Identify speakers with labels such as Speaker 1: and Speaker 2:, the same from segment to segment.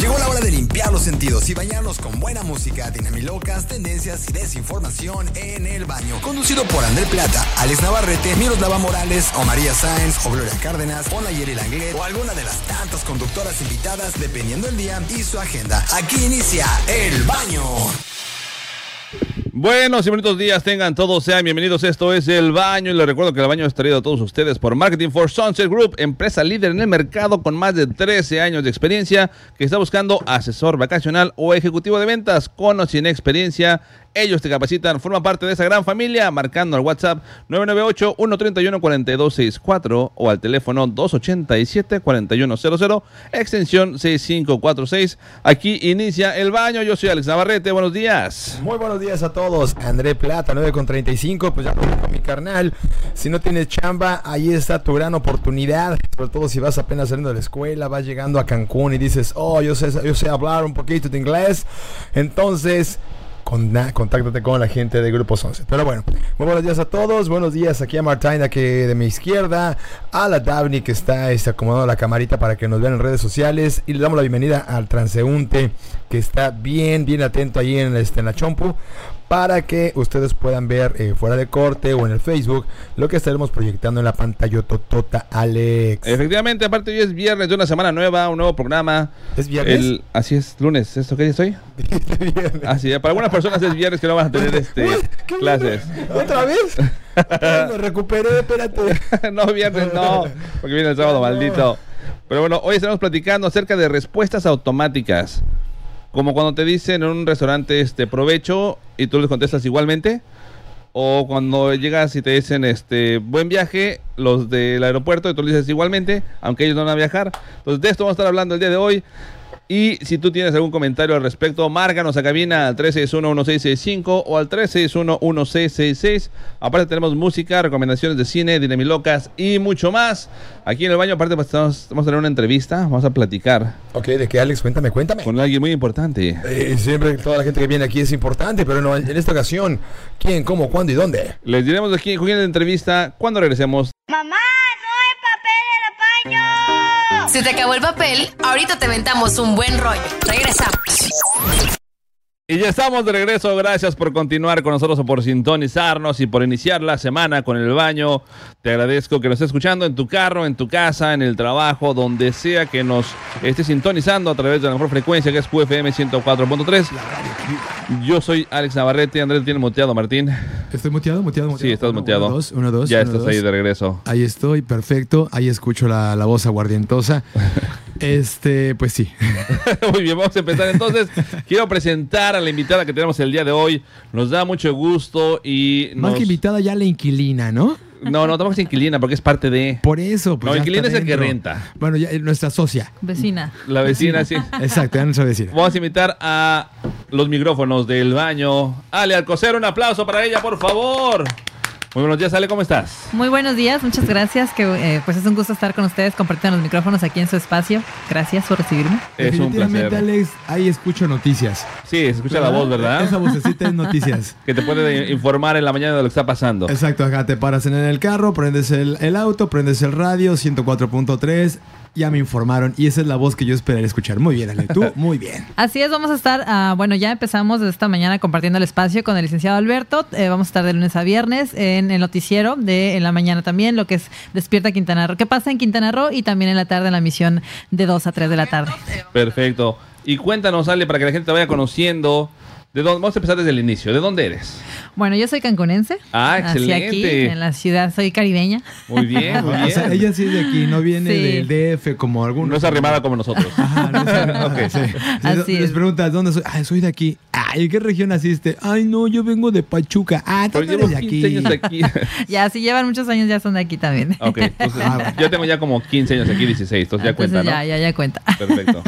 Speaker 1: Llegó la hora de limpiar los sentidos y bañarlos con buena música, dinamilocas, tendencias y desinformación en el baño. Conducido por André Plata, Alex Navarrete, Miroslava Morales o María Sáenz o Gloria Cárdenas o Nayeli Langlet o alguna de las tantas conductoras invitadas dependiendo el día y su agenda. Aquí inicia El Baño.
Speaker 2: Buenos y bonitos días tengan todos, sean bienvenidos. Esto es El Baño y les recuerdo que El Baño es traído a todos ustedes por Marketing for Sunset Group, empresa líder en el mercado con más de 13 años de experiencia que está buscando asesor vacacional o ejecutivo de ventas con o sin experiencia. Ellos te capacitan, forman parte de esa gran familia marcando al WhatsApp 998-131-4264 o al teléfono 287-4100, extensión 6546. Aquí inicia El Baño, yo soy Alex Navarrete, buenos días.
Speaker 3: Muy buenos días a todos. André Plata, 9 con 35. Pues ya lo dijo mi carnal. Si no tienes chamba, ahí está tu gran oportunidad. Sobre todo si vas apenas saliendo de la escuela, vas llegando a Cancún y dices, oh, yo sé, yo sé hablar un poquito de inglés. Entonces. con- na- Contáctate con la gente de Grupo 11. Pero bueno, muy buenos días a todos. Buenos días aquí a Martina, que de mi izquierda, a la Davni, que está este, acomodando la camarita para que nos vean en redes sociales. Y le damos la bienvenida al transeúnte, que está bien, bien atento ahí en, este, en la Chompu para que ustedes puedan ver eh, fuera de corte o en el Facebook lo que estaremos proyectando en la pantalla Totota Alex.
Speaker 2: Efectivamente, aparte hoy es viernes de una semana nueva, un nuevo programa.
Speaker 3: ¿Es viernes?
Speaker 2: El- así es, lunes. ¿Esto qué día es hoy? Así es, para algunas personas es viernes que no van a tener este,
Speaker 3: Uy, ¿qué
Speaker 2: clases.
Speaker 3: viernes? ¿Otra vez? Ay, me recuperé, espérate.
Speaker 2: no, viernes no, porque viene el sábado, maldito. Pero bueno, hoy estaremos platicando acerca de respuestas automáticas. Como cuando te dicen en un restaurante este provecho y tú les contestas igualmente. O cuando llegas y te dicen este buen viaje, los del aeropuerto, y tú le dices igualmente, aunque ellos no van a viajar. Entonces de esto vamos a estar hablando el día de hoy. Y si tú tienes algún comentario al respecto, márganos a cabina al 361-1665 o al 361-1666. Aparte tenemos música, recomendaciones de cine, dinamilocas y mucho más. Aquí en el baño, aparte, pues, estamos- vamos a tener una entrevista, vamos a platicar
Speaker 3: Ok, ¿de qué Alex? Cuéntame, cuéntame.
Speaker 2: con alguien muy importante.
Speaker 3: Eh, siempre toda la gente que viene aquí es importante, pero no, en esta ocasión, ¿quién, cómo, cuándo y dónde?
Speaker 2: Les diremos aquí con quién es la entrevista cuando regresemos.
Speaker 4: ¡Mamá! ¡No hay papel en el baño!
Speaker 5: Se te acabó el papel, ahorita te inventamos un buen rollo. Regresamos.
Speaker 2: Y ya estamos de regreso. Gracias por continuar con nosotros o por sintonizarnos y por iniciar la semana con el baño. Te agradezco que nos estés escuchando en tu carro, en tu casa, en el trabajo, donde sea que nos estés sintonizando a través de la mejor frecuencia que es QFM 104.3. Yo soy Alex Navarrete. Andrés tiene muteado, Martín.
Speaker 6: ¿Estoy muteado? ¿Muteado? muteado?
Speaker 2: Sí, estás
Speaker 6: Uno,
Speaker 2: muteado.
Speaker 6: Uno, dos, uno, dos.
Speaker 2: Ya
Speaker 6: uno,
Speaker 2: estás
Speaker 6: dos.
Speaker 2: ahí de regreso.
Speaker 6: Ahí estoy, perfecto. Ahí escucho la, la voz aguardientosa. este, pues sí.
Speaker 2: Muy bien, vamos a empezar entonces. Quiero presentar a la invitada que tenemos el día de hoy. Nos da mucho gusto y
Speaker 6: Más
Speaker 2: nos-
Speaker 6: que invitada ya la inquilina, ¿no?
Speaker 2: No, no, tampoco es inquilina porque es parte de...
Speaker 6: Por eso. Pues,
Speaker 2: No,
Speaker 6: ya
Speaker 2: inquilina
Speaker 6: está
Speaker 2: es el que
Speaker 6: dentro.
Speaker 2: renta.
Speaker 6: Bueno, ya, eh, nuestra socia.
Speaker 7: Vecina.
Speaker 2: La vecina, sí.
Speaker 6: Exacto, ya nuestra vecina.
Speaker 2: Vamos a invitar a los micrófonos del baño. Ale Alcocer, un aplauso para ella, por favor. Muy buenos días, Ale, ¿cómo estás?
Speaker 7: Muy buenos días, muchas gracias. Que eh, pues es un gusto estar con ustedes, compartiendo los micrófonos aquí en su espacio. Gracias por recibirme.
Speaker 2: Es un
Speaker 6: Definitivamente,
Speaker 2: placer.
Speaker 6: Alex, ahí escucho noticias.
Speaker 2: Sí, se escucha la voz,
Speaker 6: Esa
Speaker 2: ¿verdad?
Speaker 6: vocecita es noticias.
Speaker 2: Que te puede informar en la mañana de lo que está pasando.
Speaker 6: Exacto, acá te paras en el carro, prendes el, el auto, prendes el radio, 104.3. Ya me informaron y esa es la voz que yo esperaría escuchar. Muy bien, Alex. Tú, muy bien.
Speaker 7: Así es, vamos a estar, ah, bueno, ya empezamos desde esta mañana compartiendo el espacio con el licenciado Alberto. Eh, vamos a estar de lunes a viernes en el noticiero de en la mañana también, lo que es Despierta Quintana Roo. ¿Qué pasa en Quintana Roo? Y también en la tarde en la misión de 2 a 3 de la tarde.
Speaker 2: Perfecto. Y cuéntanos, Ale, para que la gente te vaya conociendo. ¿De dónde? Vamos a empezar desde el inicio. ¿De dónde eres?
Speaker 7: Bueno, yo soy cancunense.
Speaker 2: Ah,
Speaker 7: Nací aquí,
Speaker 2: excelente.
Speaker 7: en la ciudad, soy caribeña.
Speaker 2: Muy bien, muy
Speaker 6: O sea,
Speaker 2: bien.
Speaker 6: ella sí es de aquí, no viene
Speaker 7: Sí.
Speaker 6: del DF como algunos.
Speaker 2: No es arrimada como nosotros.
Speaker 6: Ajá, Ah, no es arrimada,
Speaker 2: Ok.
Speaker 6: sí. Sí,
Speaker 7: Así
Speaker 6: Les
Speaker 7: es.
Speaker 6: preguntas, ¿dónde soy?
Speaker 8: "Ah,
Speaker 6: Ay, soy de aquí. Ay, ¿en qué región naciste? Ay, no, yo vengo de Pachuca. Ah, tú
Speaker 2: Pero
Speaker 6: no eres
Speaker 2: llevo
Speaker 6: de
Speaker 2: 15
Speaker 6: aquí.
Speaker 2: años aquí.
Speaker 7: Ya, si llevan muchos años, ya son de aquí también.
Speaker 2: Ok, entonces,
Speaker 6: Ah, bueno.
Speaker 2: yo tengo ya como 15 años aquí, 16, entonces Oh, ya
Speaker 7: Entonces,
Speaker 2: cuenta, ¿no?
Speaker 7: ya, ya, ya cuenta.
Speaker 2: Perfecto.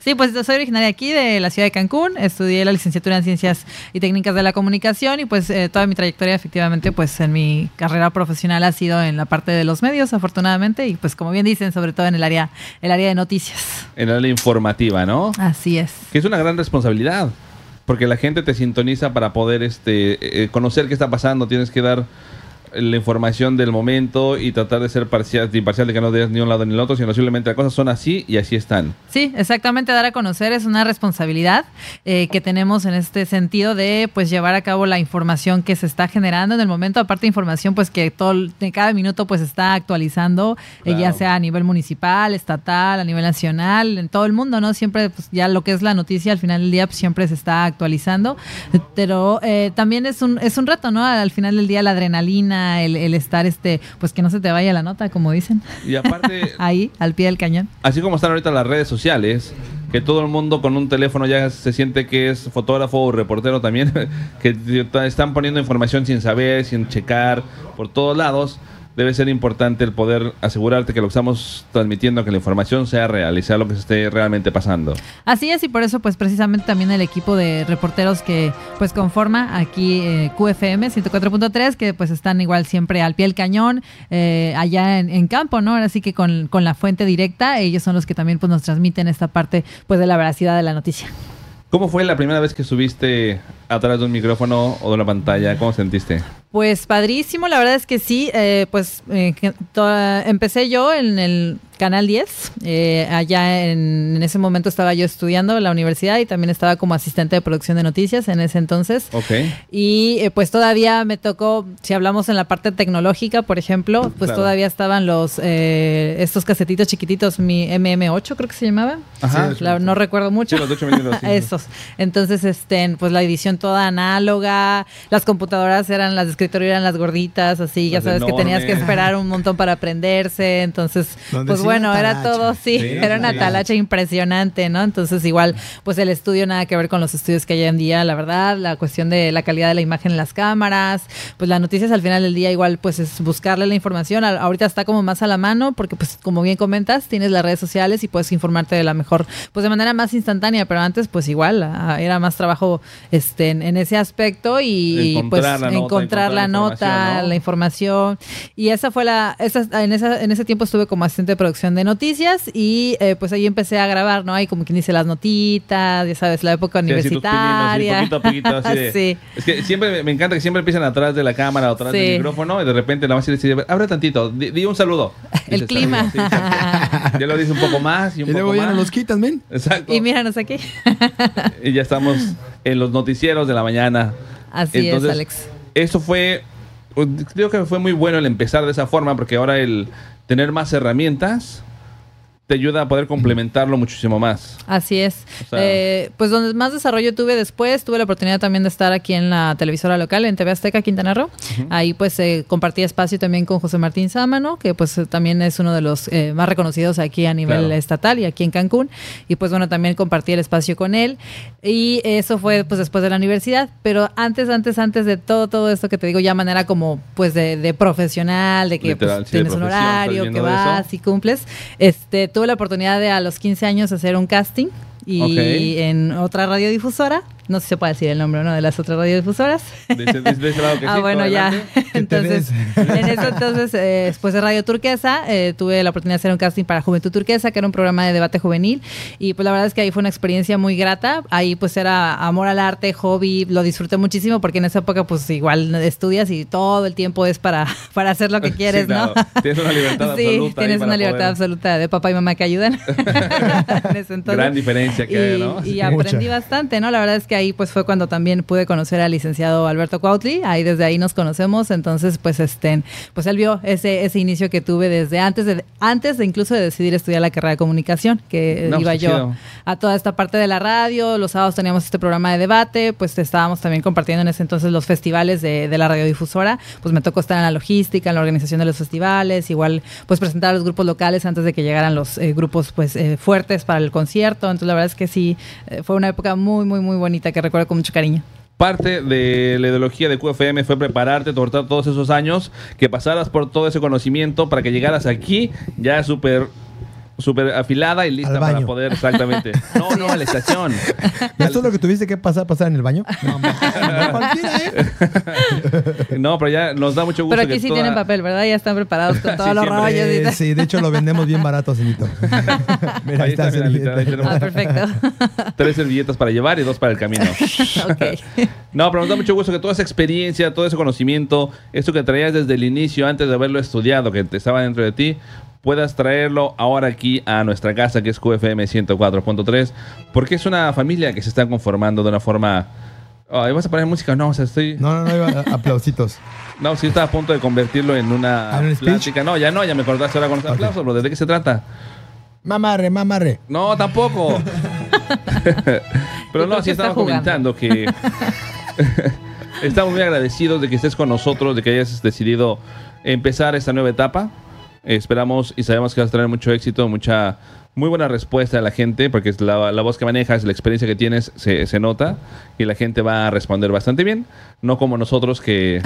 Speaker 7: Sí, pues yo soy originaria aquí de la ciudad de Cancún, estudié la licenciatura en Ciencias y Técnicas de la Comunicación y pues eh, toda mi trayectoria efectivamente pues en mi carrera profesional ha sido en la parte de los medios afortunadamente y pues como bien dicen, sobre todo en el área el área de noticias.
Speaker 2: En la informativa, ¿no?
Speaker 7: Así es.
Speaker 2: Que es una gran responsabilidad, porque la gente te sintoniza para poder este, eh, conocer qué está pasando, tienes que dar la información del momento y tratar de ser parcial, de imparcial, de que no des ni un lado ni el otro, sino simplemente las cosas son así y así están.
Speaker 7: Sí, exactamente, dar a conocer es una responsabilidad eh, que tenemos en este sentido de pues llevar a cabo la información que se está generando en el momento, aparte información pues que todo de cada minuto pues está actualizando, eh, ya
Speaker 2: Claro.
Speaker 7: sea a nivel municipal, estatal, a nivel nacional, en todo el mundo, ¿no? Siempre pues, ya lo que es la noticia al final del día pues, siempre se está actualizando, pero eh, también es un es un reto, ¿no? Al final del día la adrenalina, el, el estar este pues que no se te vaya la nota, como dicen.
Speaker 2: Y aparte,
Speaker 7: Ahí, al pie del cañón.
Speaker 2: así como están ahorita las redes sociales, que todo el mundo con un teléfono ya se siente que es fotógrafo o reportero también, que t- están poniendo información sin saber, sin checar, por todos lados. Debe ser importante el poder asegurarte que lo que estamos transmitiendo, que la información sea real y sea lo que se esté realmente pasando.
Speaker 7: Así es, y por eso, pues precisamente también el equipo de reporteros que pues conforma aquí eh, QFM 104.3, que pues están igual siempre al pie del cañón, eh, allá en, en campo, ¿no? Ahora sí que con, con la fuente directa, ellos son los que también pues nos transmiten esta parte pues de la veracidad de la noticia.
Speaker 2: ¿Cómo fue la primera vez que subiste atrás de un micrófono o de una pantalla? ¿Cómo sentiste?
Speaker 7: Pues padrísimo, la verdad es que sí, eh, pues eh, que toda- empecé yo en el Canal 10, eh, allá en, en ese momento estaba yo estudiando en la universidad y también estaba como asistente de producción de noticias en ese entonces.
Speaker 2: Ok.
Speaker 7: Y eh, pues todavía me tocó, si hablamos en la parte tecnológica, por ejemplo, pues
Speaker 2: Claro.
Speaker 7: todavía estaban los eh, estos casetitos chiquititos, mi MM8 creo que se llamaba.
Speaker 2: Ajá.
Speaker 7: La- no recuerdo mucho.
Speaker 2: Sí, los de ocho milímetros, sí.
Speaker 7: Esos. Entonces, este, pues la edición toda análoga, las computadoras eran las de escritorio, eran las gorditas, así,
Speaker 2: Las
Speaker 7: ya sabes que tenías que
Speaker 2: enormes.
Speaker 7: esperar un montón para aprenderse. Entonces,
Speaker 6: Donde
Speaker 7: pues
Speaker 6: sí
Speaker 7: bueno,
Speaker 6: era
Speaker 7: era
Speaker 6: talacha.
Speaker 7: todo, sí,
Speaker 6: Sí,
Speaker 7: era una
Speaker 6: sí.
Speaker 7: talacha impresionante, ¿no? Entonces, igual, pues el estudio nada que ver con los estudios que hay hoy en día, la verdad, la cuestión de la calidad de la imagen en las cámaras, pues las noticias al final del día igual, pues es buscarle la información. Al- Ahorita está como más a la mano, porque pues como bien comentas, tienes las redes sociales y puedes informarte de la mejor, pues de manera más instantánea, pero antes pues igual, ah, era más trabajo este en, en ese aspecto y
Speaker 2: Encontrar la
Speaker 7: pues
Speaker 2: nota, encontrar
Speaker 7: encontrar
Speaker 2: la
Speaker 7: la nota,
Speaker 2: información, ¿no?
Speaker 7: la información. Y esa fue la. esa- en, esa- en ese tiempo estuve como asistente de producción de noticias y eh, pues ahí empecé a grabar, ¿no? Ahí como quien dice las notitas, ya sabes, la época
Speaker 2: Sí, así tus
Speaker 7: universitaria.
Speaker 2: pininos, así, poquito a poquito, así de-
Speaker 7: Sí.
Speaker 2: Es que siempre me- me encanta que siempre empiezan atrás de la cámara o atrás
Speaker 7: Sí.
Speaker 2: del micrófono y de repente la más y dice, abre tantito, di, di un saludo.
Speaker 7: El
Speaker 2: Dices,
Speaker 7: clima.
Speaker 2: "Saludo", sí, sí. ya lo dice un poco más y
Speaker 6: Y
Speaker 2: un poco
Speaker 6: luego ya
Speaker 2: más.
Speaker 6: no los quitas, men.
Speaker 2: Exacto.
Speaker 7: Y míranos aquí.
Speaker 2: Y ya estamos en los noticieros de la mañana.
Speaker 7: Así es,
Speaker 2: Entonces,
Speaker 7: Alex.
Speaker 2: Eso fue, creo que fue muy bueno el empezar de esa forma, porque ahora el tener más herramientas te ayuda a poder complementarlo muchísimo más.
Speaker 7: Así es.
Speaker 2: O sea-
Speaker 7: Eh, pues donde más desarrollo tuve después, tuve la oportunidad también de estar aquí en la televisora local, en TV Azteca, Quintana Roo. Ahí pues eh, compartí espacio también con José Martín Sámano, que pues eh, también es uno de los eh, más reconocidos aquí a nivel
Speaker 2: Claro.
Speaker 7: estatal y aquí en Cancún. Y pues bueno, también compartí el espacio con él. Y eso fue pues después de la universidad. Pero antes, antes, antes de todo, todo esto que te digo ya manera como pues de, de profesional, de que
Speaker 2: Literal,
Speaker 7: pues,
Speaker 2: sí, de
Speaker 7: tienes un
Speaker 2: profesión, estás
Speaker 7: horario, que
Speaker 2: viendo eso.
Speaker 7: vas y cumples. Este, tuve la oportunidad de a los 15 años hacer un casting y
Speaker 2: Ok.
Speaker 7: en otra radiodifusora, no sé si se puede decir el nombre, ¿no? De las otras radiodifusoras.
Speaker 2: De ese- de ese lado que
Speaker 7: ah,
Speaker 2: sí,
Speaker 7: bueno,
Speaker 2: todo
Speaker 7: ya.
Speaker 2: adelante.
Speaker 6: ¿Qué te
Speaker 7: Entonces, en eso entonces, eh, después de Radio Turquesa, eh, tuve la oportunidad de hacer un casting para Juventud Turquesa, que era un programa de debate juvenil. Y pues la verdad es que ahí fue una experiencia muy grata. Ahí pues era amor al arte, hobby, lo disfruté muchísimo porque en esa época pues igual estudias y todo el tiempo es para, para hacer lo que
Speaker 2: Sí,
Speaker 7: quieres, ¿no?
Speaker 2: claro. Tienes una libertad
Speaker 7: sí,
Speaker 2: absoluta ahí
Speaker 7: tienes
Speaker 2: para
Speaker 7: una libertad
Speaker 2: poder-
Speaker 7: absoluta de papá y mamá que ayudan. En ese entonces.
Speaker 2: Gran diferencia que hay,
Speaker 7: Y-
Speaker 2: ¿no?
Speaker 7: Y aprendí bastante, ¿no? La verdad es que ahí pues fue cuando también pude conocer al licenciado Alberto Cuautli, ahí desde ahí nos conocemos, entonces pues este, pues él vio ese, ese inicio que tuve desde antes de, antes de incluso de decidir estudiar la carrera de comunicación, que eh,
Speaker 2: No, pues,
Speaker 7: iba
Speaker 2: qué
Speaker 7: yo
Speaker 2: chido.
Speaker 7: a toda esta parte de la radio, los sábados teníamos este programa de debate, pues estábamos también compartiendo en ese entonces los festivales de, de la radiodifusora, pues me tocó estar en la logística, en la organización de los festivales, igual pues presentar a los grupos locales antes de que llegaran los eh, grupos pues eh, fuertes para el concierto, entonces la verdad es que sí, eh, fue una época muy, muy, muy bonita que recuerdo con mucho cariño.
Speaker 2: Parte de la ideología de QFM fue prepararte, tortar todos esos años, que pasaras por todo ese conocimiento para que llegaras aquí ya súper súper afilada y lista
Speaker 8: Al
Speaker 2: para
Speaker 8: baño.
Speaker 2: poder, exactamente. No, no, a la estación.
Speaker 8: ¿Esto es lo que tuviste que pasar, pasar en el baño? No, mames, no, cualquiera, ¿eh?
Speaker 2: No, pero ya nos da mucho gusto.
Speaker 7: Pero aquí
Speaker 2: que
Speaker 7: sí
Speaker 2: toda-
Speaker 7: tienen papel, ¿verdad? Ya están preparados con todos los
Speaker 2: siempre.
Speaker 7: rollos y
Speaker 8: Eh,
Speaker 7: tal.
Speaker 8: sí, de hecho lo vendemos bien barato, señorito. Mira,
Speaker 2: Ahí
Speaker 8: ahí está.
Speaker 2: está, mira, ahí está, ahí
Speaker 8: señorito.
Speaker 2: tenemos.
Speaker 7: Ah, perfecto.
Speaker 2: Tres servilletas para llevar y dos para el camino.
Speaker 7: ok.
Speaker 2: No, pero nos da mucho gusto que toda esa experiencia, todo ese conocimiento, esto que traías desde el inicio, antes de haberlo estudiado, que te estaba dentro de ti, puedas traerlo ahora aquí a nuestra casa, que es QFM 104.3, porque es una familia que se está conformando de una forma... Ay, ¿Vas a poner música? No, o sea, estoy... No,
Speaker 8: No, no, no, iba- aplausitos.
Speaker 2: sí, estaba a punto de convertirlo en una
Speaker 8: ¿Ah, en un speech?
Speaker 2: plática. No, ya no, ya me cortaste ahora con los aplausos, bro. ¿De qué se trata?
Speaker 8: Mamarre, mamarre.
Speaker 2: No, tampoco. Pero
Speaker 7: Yo creo
Speaker 2: no, sí
Speaker 7: que está
Speaker 2: estaba
Speaker 7: jugando.
Speaker 2: comentando que estamos muy agradecidos de que estés con nosotros, de que hayas decidido empezar esta nueva etapa. Esperamos y sabemos que vas a tener mucho éxito, mucha muy buena respuesta de la gente, porque es la, la voz que manejas, la experiencia que tienes se, se nota y la gente va a responder bastante bien, no como nosotros que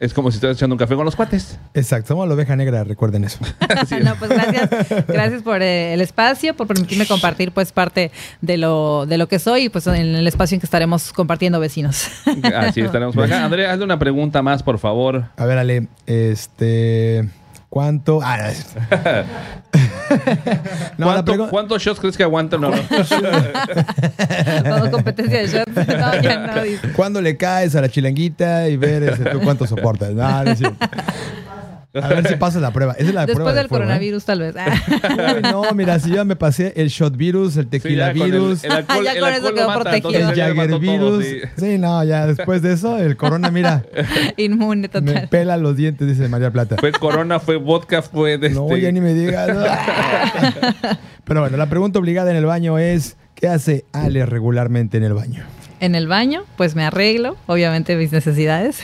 Speaker 2: es como si estuvieras echando un café con los cuates.
Speaker 8: Exacto, somos la oveja negra, recuerden eso.
Speaker 2: Así es.
Speaker 7: no, pues gracias, gracias por eh, el espacio, por permitirme compartir pues parte de lo, de lo que soy y pues en el espacio en que estaremos compartiendo vecinos.
Speaker 2: Así estaremos por acá. Andrea, hazle una pregunta más, por favor.
Speaker 8: A ver, Ale, este. ¿Cuánto? Ah, no, es- No, la
Speaker 2: ¿Cuánto-
Speaker 8: pregu-
Speaker 2: ¿Cuántos shots crees que aguanta? No, no.
Speaker 7: Vamos, competencia de shots. No, ya
Speaker 8: Ah,
Speaker 7: no, dice.
Speaker 8: ¿Cuándo le caes a la chilanguita y ver este, tú cuánto soportas? No, no es cierto. A ver si pasas la prueba. Esa es la prueba
Speaker 7: Después del
Speaker 8: fuego, ¿eh?
Speaker 7: coronavirus tal vez. Ah,
Speaker 8: Uy, no, mira, si yo ya me pasé el shot virus, el
Speaker 2: Sí, ya
Speaker 8: tequila
Speaker 2: con el-
Speaker 8: virus,
Speaker 2: el alcohol-
Speaker 7: Ah, Ya
Speaker 2: el
Speaker 7: con eso
Speaker 2: alcohol lo
Speaker 7: quedó
Speaker 2: mata,
Speaker 7: protegido.
Speaker 2: entonces
Speaker 8: el
Speaker 2: ya mató
Speaker 8: Jagger
Speaker 2: todo,
Speaker 8: virus.
Speaker 2: sí.
Speaker 8: Sí, no, ya después de eso, el corona, mira,
Speaker 7: Inmune
Speaker 8: me
Speaker 7: total.
Speaker 8: pela los dientes, dice María Plata.
Speaker 2: Fue corona, fue vodka, fue de
Speaker 8: No,
Speaker 2: Pues, este-
Speaker 8: ya ni me digas. Pero bueno, la pregunta obligada en el baño es, ¿qué hace Ale regularmente en el baño?
Speaker 7: En el baño, pues me arreglo, obviamente mis necesidades.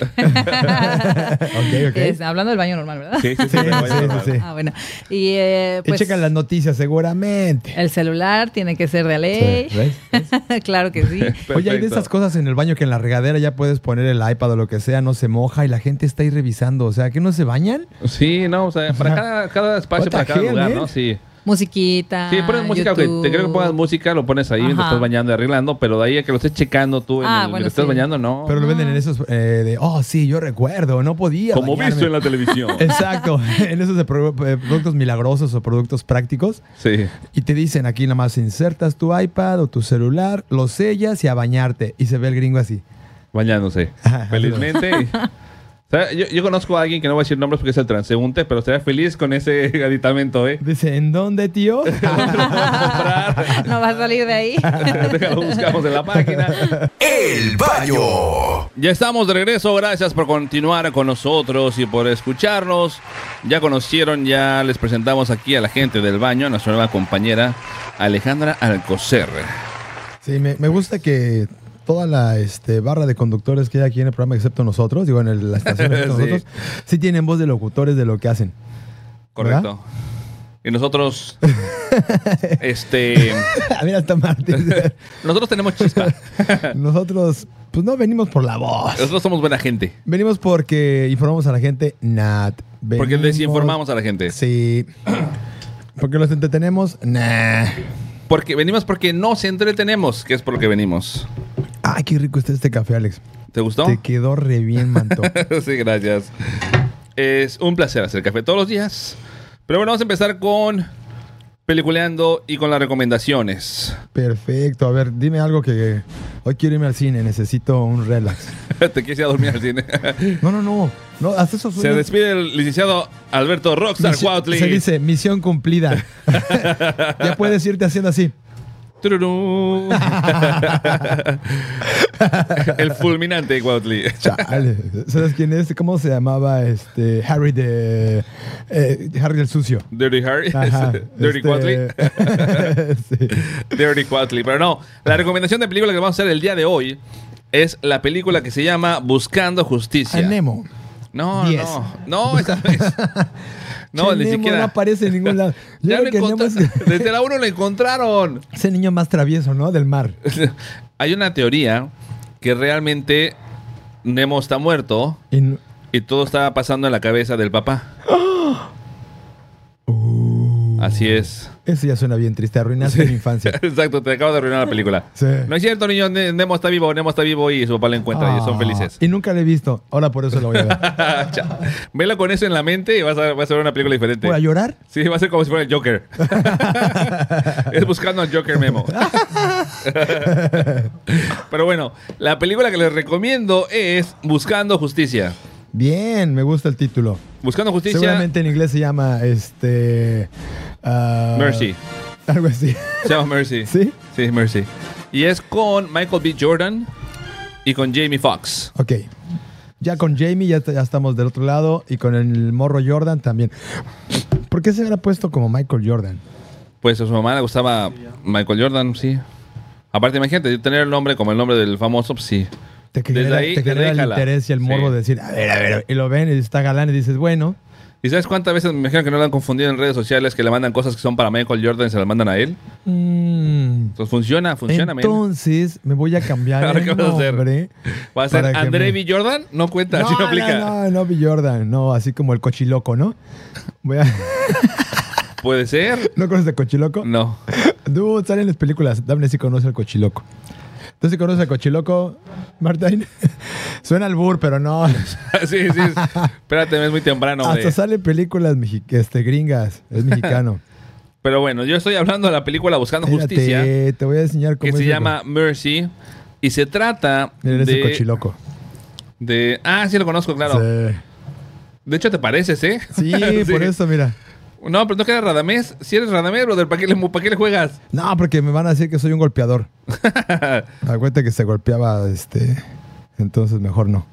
Speaker 8: ok.
Speaker 7: Es- hablando del baño normal, ¿verdad?
Speaker 2: Sí, sí, sí,
Speaker 8: Sí,
Speaker 2: bueno,
Speaker 8: sí,
Speaker 2: bueno.
Speaker 8: sí, sí.
Speaker 7: Ah, bueno. Y eh,
Speaker 8: Y
Speaker 7: pues
Speaker 8: checan las noticias seguramente.
Speaker 7: el celular tiene que ser de ley.
Speaker 8: Sí, ¿ves?
Speaker 7: claro que sí.
Speaker 8: Oye, hay de
Speaker 2: Perfecto.
Speaker 8: esas cosas en el baño que en la regadera ya puedes poner el iPad o lo que sea, no se moja y la gente está ahí revisando. O sea, ¿que no se bañan?
Speaker 2: Sí, no, o sea, para cada, cada espacio,
Speaker 8: What
Speaker 2: para
Speaker 8: the
Speaker 2: cada
Speaker 8: hell,
Speaker 2: lugar,
Speaker 8: man?
Speaker 2: ¿no? Sí.
Speaker 7: Musiquita.
Speaker 2: Sí, pones música, ok,
Speaker 7: Ah, YouTube.
Speaker 2: te creo que pongas música, lo pones ahí,
Speaker 7: Ajá.
Speaker 2: lo estás bañando, arreglando, pero de ahí a que lo estés checando tú en
Speaker 7: Ah,
Speaker 2: el,
Speaker 7: bueno,
Speaker 2: lo estás
Speaker 7: sí.
Speaker 2: bañando, Oh, no.
Speaker 8: Pero lo venden en esos eh, de, oh, sí, yo recuerdo, no podía.
Speaker 2: Como
Speaker 8: bañarme".
Speaker 2: visto en la televisión.
Speaker 8: Exacto, en esos de pro- eh, productos milagrosos o productos prácticos.
Speaker 2: sí.
Speaker 8: Y te dicen aquí nada más insertas tu iPad o tu celular, lo sellas y a bañarte. Y se ve el gringo así.
Speaker 2: bañándose.
Speaker 8: Ajá.
Speaker 2: Felizmente. ¿Sabe? Yo, yo conozco a alguien que no voy a decir nombres porque es el transeúnte, pero estaría feliz con ese aditamento, ¿eh?
Speaker 8: Dice, ¿en dónde, tío?
Speaker 7: no va a salir de ahí.
Speaker 2: Déjalo, buscamos en la página.
Speaker 1: El baño.
Speaker 2: Ya estamos de regreso. Gracias por continuar con nosotros y por escucharnos. Ya conocieron, ya les presentamos aquí a la gente del baño, a nuestra nueva compañera Alejandra Alcocer.
Speaker 8: Sí, me, me gusta que toda la este, barra de conductores que hay aquí en el programa, excepto nosotros, digo, en el- la estación, excepto
Speaker 2: Sí.
Speaker 8: nosotros, sí tienen voz de locutores de lo que hacen.
Speaker 2: Correcto. Y nosotros. este.
Speaker 8: Mira, hasta Martín.
Speaker 2: Nosotros tenemos chispa.
Speaker 8: nosotros, pues no venimos por la voz.
Speaker 2: Nosotros somos buena gente.
Speaker 8: Venimos porque informamos a la gente, Nat.
Speaker 2: Porque
Speaker 8: Venimos-
Speaker 2: desinformamos a la gente.
Speaker 8: Sí. Porque los entretenemos, nah.
Speaker 2: Porque venimos porque nos entretenemos, que es por lo que venimos.
Speaker 8: Ay, qué rico está este café, Alex.
Speaker 2: ¿Te gustó?
Speaker 8: Te quedó re bien, manto.
Speaker 2: sí, gracias. Es un placer hacer café todos los días. Pero bueno, vamos a empezar con peliculeando y con las recomendaciones.
Speaker 8: Perfecto. A ver, dime algo que hoy quiero irme al cine, necesito un relax.
Speaker 2: Te quise ir a dormir al cine.
Speaker 8: No, no, no. No, haz eso
Speaker 2: Se despide el licenciado Alberto Rockstar Cuautli.
Speaker 8: Se dice misión cumplida. ya puedes irte haciendo así.
Speaker 2: Tururú. el fulminante Cuautli.
Speaker 8: Chale. ¿Sabes quién es? ¿Cómo se llamaba este Harry de eh, Harry el sucio?
Speaker 2: Dirty Harry.
Speaker 8: Ajá,
Speaker 2: Dirty Cuautli.
Speaker 8: este- sí.
Speaker 2: Dirty Quatley. Pero no, la recomendación de película que vamos a hacer el día de hoy es la película que se llama Buscando Justicia.
Speaker 8: A Nemo.
Speaker 2: No,
Speaker 8: Diez.
Speaker 2: no, no, esa no es. No,
Speaker 8: Che,
Speaker 2: ni
Speaker 8: Nemo
Speaker 2: siquiera.
Speaker 8: no aparece en ningún lado. Yo
Speaker 2: Ya
Speaker 8: creo
Speaker 2: lo
Speaker 8: que Nemo
Speaker 2: encontra-
Speaker 8: es-
Speaker 2: Desde la 1 lo encontraron.
Speaker 8: Ese niño más travieso, ¿no? Del mar.
Speaker 2: Hay una teoría que realmente Nemo está muerto
Speaker 8: Y no-
Speaker 2: y todo estaba pasando en la cabeza del papá. Así es.
Speaker 8: Eso uh. ya suena bien triste. Arruinaste mi infancia.
Speaker 2: Exacto, te acabo de arruinar la película.
Speaker 8: Sí.
Speaker 2: No es cierto, niño. Ne- Nemo está vivo, Nemo está vivo y su papá lo encuentra y son
Speaker 8: Ah,
Speaker 2: felices. Ah,
Speaker 8: Y nunca la he visto. Ahora por eso la voy a ver.
Speaker 2: Chao. Vela con eso en la mente y vas a, vas a ver una película diferente.
Speaker 8: ¿Por a llorar?
Speaker 2: Sí, va a ser como si fuera el Joker. es buscando al Joker Memo. Pero bueno, la película que les recomiendo es Buscando Justicia.
Speaker 8: Bien, me gusta el título.
Speaker 2: Buscando Justicia.
Speaker 8: Seguramente en inglés se llama este. ah,
Speaker 2: Mercy.
Speaker 8: Algo así.
Speaker 2: Se llama Mercy.
Speaker 8: ¿Sí?
Speaker 2: Sí, Mercy. Y es con Michael B. Jordan y con Jamie Foxx.
Speaker 8: Ok. Ya con Jamie ya, ya estamos del otro lado y con el morro Jordan también. ¿Por qué se habrá puesto como Michael Jordan?
Speaker 2: Pues a su mamá le gustaba Michael Jordan, sí. Aparte, imagínate, yo tener el nombre como el nombre del famoso, pues sí.
Speaker 8: Te genera,
Speaker 2: Desde ahí-
Speaker 8: te
Speaker 2: desde
Speaker 8: genera
Speaker 2: ahí
Speaker 8: el
Speaker 2: jala.
Speaker 8: interés y el
Speaker 2: Sí.
Speaker 8: morbo de decir, a ver, a ver, y lo ven y está galán y dices, bueno,
Speaker 2: ¿Y sabes cuántas veces me imagino que no lo han confundido en redes sociales que le mandan cosas que son para Michael Jordan y se las mandan a él?
Speaker 8: mm,
Speaker 2: Entonces funciona, funciona, men.
Speaker 8: entonces me voy a cambiar
Speaker 2: Ahora,
Speaker 8: el
Speaker 2: ¿qué vas a hacer?
Speaker 8: nombre
Speaker 2: Va a ser
Speaker 8: para que
Speaker 2: André
Speaker 8: me-
Speaker 2: B. Jordan, no cuenta,
Speaker 8: No,
Speaker 2: así no
Speaker 8: no,
Speaker 2: aplica.
Speaker 8: no, no, Bill Jordan, no, así como el cochiloco, ¿no? Voy a-
Speaker 2: Puede ser.
Speaker 8: ¿No conoces el cochiloco?
Speaker 2: No.
Speaker 8: Dude, salen las películas. Dame si conoce al cochiloco. ¿Tú sí conoces al cochiloco, Martín? Suena al bur, pero no.
Speaker 2: sí, sí. es- Espérate, es muy temprano, hombre.
Speaker 8: Hasta salen películas mexi- este, gringas. Es mexicano.
Speaker 2: Pero bueno, yo estoy hablando de la película Buscando
Speaker 8: Espérate,
Speaker 2: Justicia,
Speaker 8: te voy a enseñar cómo
Speaker 2: que
Speaker 8: es
Speaker 2: se
Speaker 8: el-
Speaker 2: llama Mercy. Y se trata
Speaker 8: Mira, eres el
Speaker 2: de,
Speaker 8: cochiloco.
Speaker 2: de- Ah, sí lo conozco, claro. De hecho, te pareces, ¿eh?
Speaker 8: Sí, por eso, mira.
Speaker 2: No, pero no queda Radamés. Si eres Radamés, brother, ¿para qué le, para qué le juegas?
Speaker 8: No, porque me van a decir que soy un golpeador. Acuérdate que se golpeaba, este. Entonces mejor no.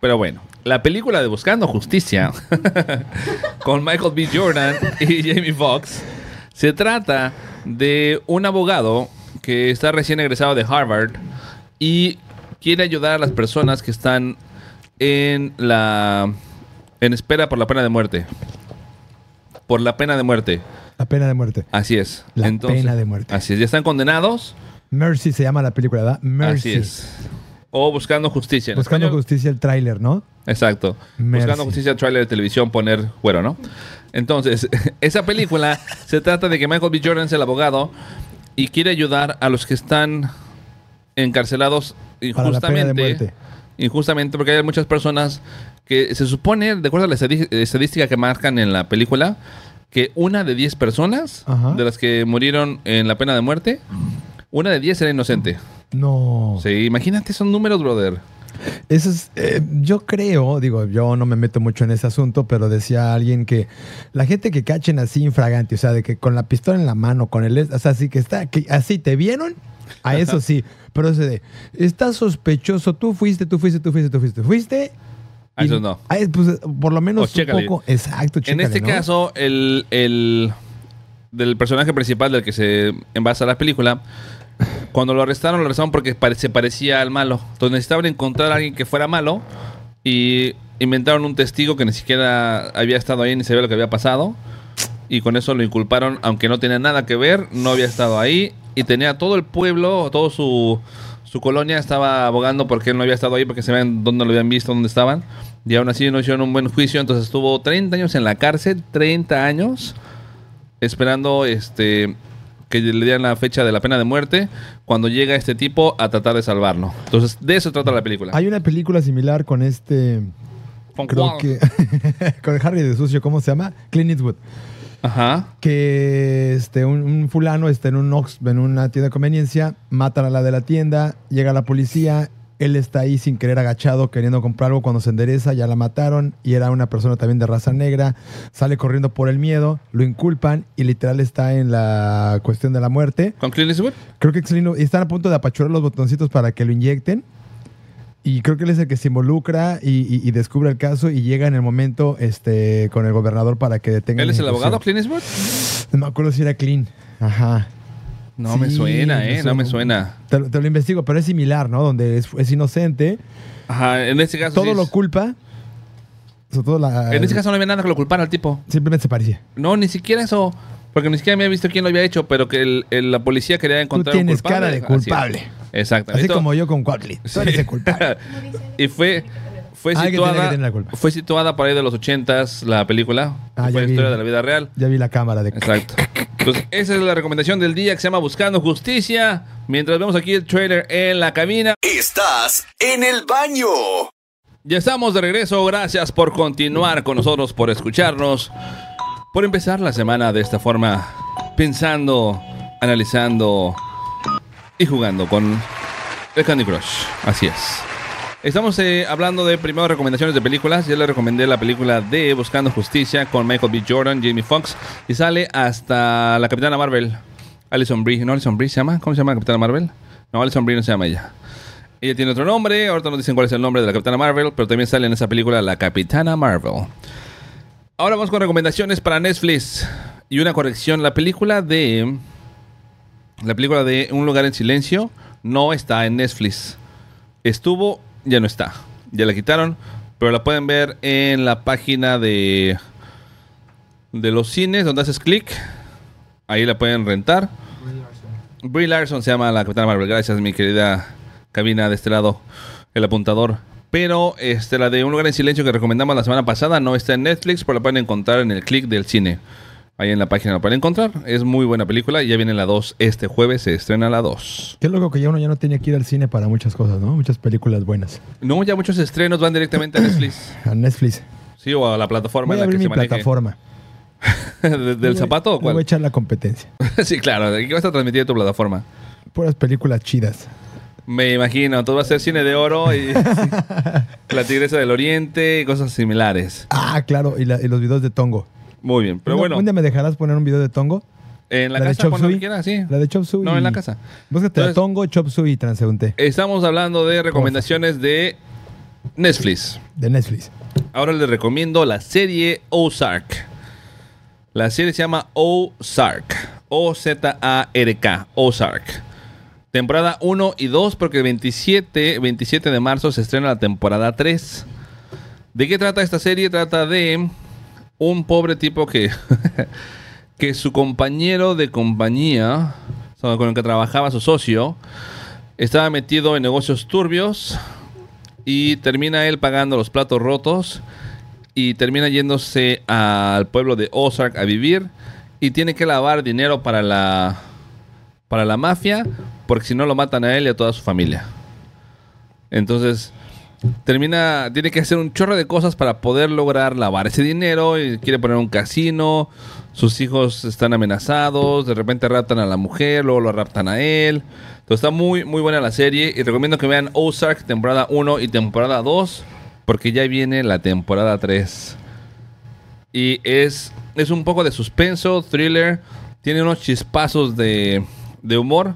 Speaker 2: Pero bueno, la película de Buscando Justicia con Michael B. Jordan y Jamie Foxx se trata de un abogado que está recién egresado de Harvard y quiere ayudar a las personas que están en la en espera por la pena de muerte. Por la pena de muerte.
Speaker 8: La pena de muerte.
Speaker 2: Así es.
Speaker 8: La pena de muerte.
Speaker 2: Así es, ya están condenados.
Speaker 8: Mercy se llama la película, ¿verdad? Mercy.
Speaker 2: Así es. O buscando justicia. en
Speaker 8: Buscando
Speaker 2: español.
Speaker 8: justicia el tráiler, ¿no?
Speaker 2: Exacto.
Speaker 8: Merci.
Speaker 2: Buscando justicia, trailer de televisión, poner güero, ¿no? Entonces, esa película se trata de que Michael B. Jordan es el abogado y quiere ayudar a los que están encarcelados
Speaker 8: Para la pena de
Speaker 2: injustamente.
Speaker 8: muerte.
Speaker 2: Injustamente, porque hay muchas personas que se supone, de acuerdo a la estadi- estadística que marcan en la película, que una de diez personas
Speaker 8: Ajá.
Speaker 2: de las que murieron en la pena de muerte, una de diez era inocente.
Speaker 8: No.
Speaker 2: Sí, imagínate esos números, brother.
Speaker 8: Eso es, eh, yo creo, digo, yo no me meto mucho en ese asunto, pero decía alguien que la gente que cachen así infragante, o sea, de que con la pistola en la mano, con el, o sea, así que está, que así te vieron, a eso sí, pero ese de, está sospechoso, tú fuiste, tú fuiste, tú fuiste, tú fuiste, tú fuiste.
Speaker 2: A
Speaker 8: y-
Speaker 2: esos no.
Speaker 8: ay, pues, por lo menos
Speaker 2: O chécale.
Speaker 8: un poco, exacto, chécale,
Speaker 2: en este
Speaker 8: ¿no?
Speaker 2: caso, el, el- del personaje principal del que se envasa la película, cuando lo arrestaron, lo arrestaron porque pare- se parecía al malo. Entonces necesitaban encontrar a alguien que fuera malo y inventaron un testigo que ni siquiera había estado ahí ni sabía lo que había pasado. Y con eso lo inculparon, aunque no tenía nada que ver, no había estado ahí y tenía todo el pueblo, todo su, su colonia estaba abogando porque él no había estado ahí, porque se vean dónde lo habían visto, dónde estaban. Y aún así no hicieron un buen juicio, entonces estuvo 30 años en la cárcel, 30 años esperando este que le dieran la fecha de la pena de muerte cuando llega este tipo a tratar de salvarlo. Entonces, de eso trata la película.
Speaker 8: Hay una película similar con este,
Speaker 2: Con
Speaker 8: creo
Speaker 2: Juan.
Speaker 8: que, con Harry de Sucio, ¿cómo se llama? Clint Eastwood.
Speaker 2: Ajá.
Speaker 8: que este, un, un fulano está en un Ox, en una tienda de conveniencia, matan a la de la tienda, llega la policía, él está ahí sin querer agachado, queriendo comprar algo cuando se endereza, ya la mataron, y era una persona también de raza negra, sale corriendo por el miedo, lo inculpan y literal está en la cuestión de la muerte.
Speaker 2: Con Clint Eastwood.
Speaker 8: Creo que Excelino- y están a punto de apachurar los botoncitos para que lo inyecten. Y creo que él es el que se involucra y, y- y descubre el caso y llega en el momento este, con el gobernador para que detenga.
Speaker 2: ¿Él
Speaker 8: la
Speaker 2: es el
Speaker 8: ejecución.
Speaker 2: abogado, Clint Eastwood?
Speaker 8: No me acuerdo si era Clean. Ajá.
Speaker 2: No
Speaker 8: Sí,
Speaker 2: me suena, ¿eh?
Speaker 8: no sé.
Speaker 2: No me suena.
Speaker 8: Te, lo- te lo investigo, pero es similar, ¿no? Donde es, es inocente,
Speaker 2: Ajá, en este caso. sí
Speaker 8: todo
Speaker 2: es-
Speaker 8: lo eh. culpa. sobre todo la-
Speaker 2: En este caso no había nada que lo culpara al tipo.
Speaker 8: Simplemente se parecía.
Speaker 2: No, ni siquiera eso. Porque ni siquiera me había visto quién lo había hecho, pero que el- el- la policía quería encontrar un
Speaker 8: tienes
Speaker 2: culpable.
Speaker 8: cara de
Speaker 2: Así es.
Speaker 8: culpable.
Speaker 2: Exactamente.
Speaker 8: Así
Speaker 2: Esto-
Speaker 8: como yo con Quadley. Tú eres el culpable.
Speaker 2: y fue, Fue
Speaker 8: Alguien tenía que
Speaker 2: situada,
Speaker 8: tener la culpa.
Speaker 2: fue situada por ahí de los ochentas la película.
Speaker 8: Ah, ya
Speaker 2: fue la
Speaker 8: vi.
Speaker 2: historia de la vida real.
Speaker 8: Ya vi la cámara de...
Speaker 2: Exacto. Entonces, esa es la recomendación del día que se llama Buscando Justicia. Mientras vemos aquí el trailer en la cabina.
Speaker 1: Estás en el baño.
Speaker 2: Ya estamos de regreso. Gracias por continuar con nosotros, por escucharnos, por empezar la semana de esta forma, pensando, analizando y jugando con el Candy Crush. Así es. Estamos eh, hablando de primero recomendaciones de películas. Ya le recomendé la película de Buscando Justicia con Michael B. Jordan, Jamie Foxx y sale hasta la Capitana Marvel, Alison Brie. ¿No Alison Brie se llama? ¿Cómo se llama la Capitana Marvel? No, Alison Brie no se llama ella. Ella tiene otro nombre, ahorita nos dicen cuál es el nombre de la Capitana Marvel, pero también sale en esa película la Capitana Marvel. Ahora vamos con recomendaciones para Netflix y una corrección. La película de la película de Un lugar en silencio no está en Netflix. Estuvo, ya no está. Ya la quitaron, pero la pueden ver en la página de de los cines donde haces clic. Ahí la pueden rentar. Brie Larson se llama la Capitana Marvel. Gracias, mi querida cabina de este lado, el apuntador. Pero este, la de Un Lugar en Silencio que recomendamos la semana pasada no está en Netflix, pero la pueden encontrar en el clic del cine. Ahí en la página la pueden encontrar. Es muy buena película. y Ya viene la 2 este jueves, se estrena la 2.
Speaker 8: Qué loco que ya uno ya no tenía que ir al cine para muchas cosas, ¿no? Muchas películas buenas.
Speaker 2: No, ya muchos estrenos van directamente a Netflix.
Speaker 8: A Netflix.
Speaker 2: Sí, o a la plataforma en
Speaker 8: Voy a
Speaker 2: la que
Speaker 8: abrir mi
Speaker 2: se maneje.
Speaker 8: plataforma.
Speaker 2: ¿De- ¿Del
Speaker 8: Le-
Speaker 2: zapato o
Speaker 8: le Voy a
Speaker 2: cuál?
Speaker 8: echar la competencia.
Speaker 2: sí, claro. ¿de ¿Qué vas a transmitir en tu plataforma?
Speaker 8: Puras películas chidas.
Speaker 2: Me imagino. Todo va a ser cine de oro y La Tigresa del Oriente y cosas similares.
Speaker 8: Ah, claro, y, la- y los videos de Tongo.
Speaker 2: Muy bien. Pero
Speaker 8: Un-
Speaker 2: bueno.
Speaker 8: ¿Un día me dejarás poner un video de Tongo?
Speaker 2: En la,
Speaker 8: de
Speaker 2: casa,
Speaker 8: Chop
Speaker 2: pon lo que
Speaker 8: Suey.
Speaker 2: quieras, sí.
Speaker 8: La de Chop Suey.
Speaker 2: No, en la casa.
Speaker 8: Búscate a
Speaker 2: Entonces-
Speaker 8: Tongo, Chop Suey y Transeúnte
Speaker 2: Estamos hablando de recomendaciones de Netflix.
Speaker 8: de Netflix.
Speaker 2: Ahora les recomiendo la serie Ozark. La serie se llama Ozark. O-Z-A-R-K. Ozark. Temporada 1 y 2, porque el 27, 27 de marzo se estrena la temporada 3. ¿De qué trata esta serie? Trata de un pobre tipo que, que su compañero de compañía, o sea, con el que trabajaba su socio, estaba metido en negocios turbios y termina él pagando los platos rotos y termina yéndose al pueblo de Ozark a vivir y tiene que lavar dinero para la para la mafia porque si no lo matan a él y a toda su familia. Entonces termina tiene que hacer un chorro de cosas para poder lograr lavar ese dinero y quiere poner un casino, sus hijos están amenazados, de repente raptan a la mujer, luego lo raptan a él. Entonces está muy muy buena la serie y recomiendo que vean Ozark temporada 1 y temporada 2 porque ya viene la temporada 3. Y es, es un poco de suspenso, thriller. Tiene unos chispazos de, de humor.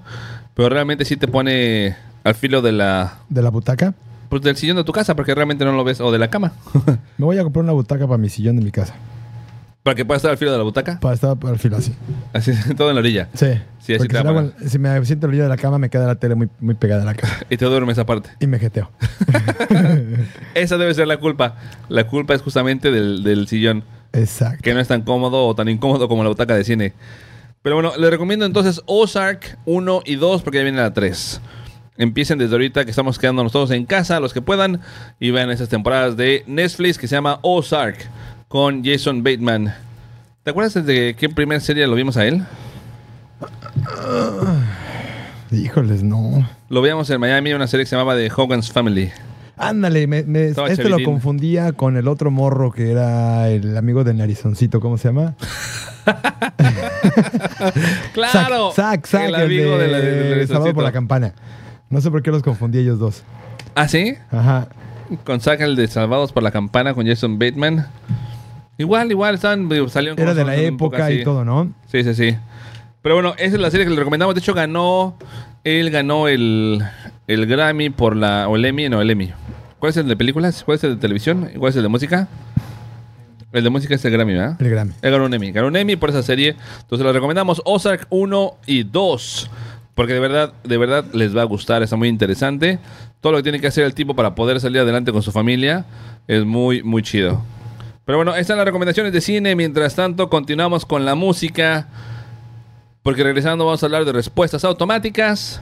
Speaker 2: Pero realmente sí te pone al filo de la,
Speaker 8: ¿De la butaca?
Speaker 2: pues, del sillón de tu casa. Porque realmente no lo ves. O de la cama.
Speaker 8: Me voy a comprar una butaca para mi sillón de mi casa.
Speaker 2: para que puedas estar al filo de la butaca.
Speaker 8: Para estar al filo así.
Speaker 2: Así, todo en la orilla.
Speaker 8: Sí.
Speaker 2: Sí, así
Speaker 8: Porque
Speaker 2: te
Speaker 8: si,
Speaker 2: va
Speaker 8: lo
Speaker 2: a
Speaker 8: hago en- si me siento al orilla de la cama, me queda la tele muy, muy pegada a la cama.
Speaker 2: Y te duermes aparte.
Speaker 8: Y me jeteo.
Speaker 2: Esa debe ser la culpa. La culpa es justamente del, del sillón.
Speaker 8: Exacto.
Speaker 2: que no es tan cómodo o tan incómodo como la butaca de cine. Pero bueno, les recomiendo entonces Ozark 1 y 2 porque ya viene la 3. Empiecen desde ahorita que estamos quedándonos todos en casa, los que puedan, y vean esas temporadas de Netflix que se llama Ozark con Jason Bateman. ¿Te acuerdas de qué primera serie lo vimos a él?
Speaker 8: Híjoles, no.
Speaker 2: Lo veíamos en Miami, una serie que se llamaba The Hogan's Family.
Speaker 8: Ándale, me, me-
Speaker 2: Estaba
Speaker 8: este lo
Speaker 2: chavirín.
Speaker 8: confundía con el otro morro que era el amigo del narizoncito, ¿cómo se llama?
Speaker 2: ¡Claro!
Speaker 8: Zack, Zack,
Speaker 2: El
Speaker 8: el
Speaker 2: amigo de,
Speaker 8: de,
Speaker 2: la, del
Speaker 8: Salvado por la
Speaker 2: Campana.
Speaker 8: Campana. No sé por qué los confundí ellos dos.
Speaker 2: ¿Ah, sí?
Speaker 8: Ajá.
Speaker 2: Con Zack, el de Salvados por la Campana, con Jason Bateman. Igual, igual, estaban, salieron
Speaker 8: Era
Speaker 2: cosas
Speaker 8: de la
Speaker 2: un poco
Speaker 8: época
Speaker 2: así.
Speaker 8: y todo, ¿no?
Speaker 2: Sí, sí, sí. Pero bueno, esa es la serie que le recomendamos. De hecho, ganó. Él ganó el, el Grammy por la. O el Emmy, no, el Emmy. ¿Cuál es el de películas? ¿Cuál es el de televisión? ¿Y ¿Cuál es el de música? El de música es el Grammy, ¿verdad?
Speaker 8: El Grammy.
Speaker 2: Él ganó un Emmy. Ganó un Emmy por esa serie. Entonces le recomendamos Ozark 1 y 2. Porque de verdad, de verdad les va a gustar. Está muy interesante. Todo lo que tiene que hacer el tipo para poder salir adelante con su familia es muy, muy chido. Pero bueno, estas son las recomendaciones de cine. Mientras tanto, continuamos con la música. Porque regresando vamos a hablar de respuestas automáticas.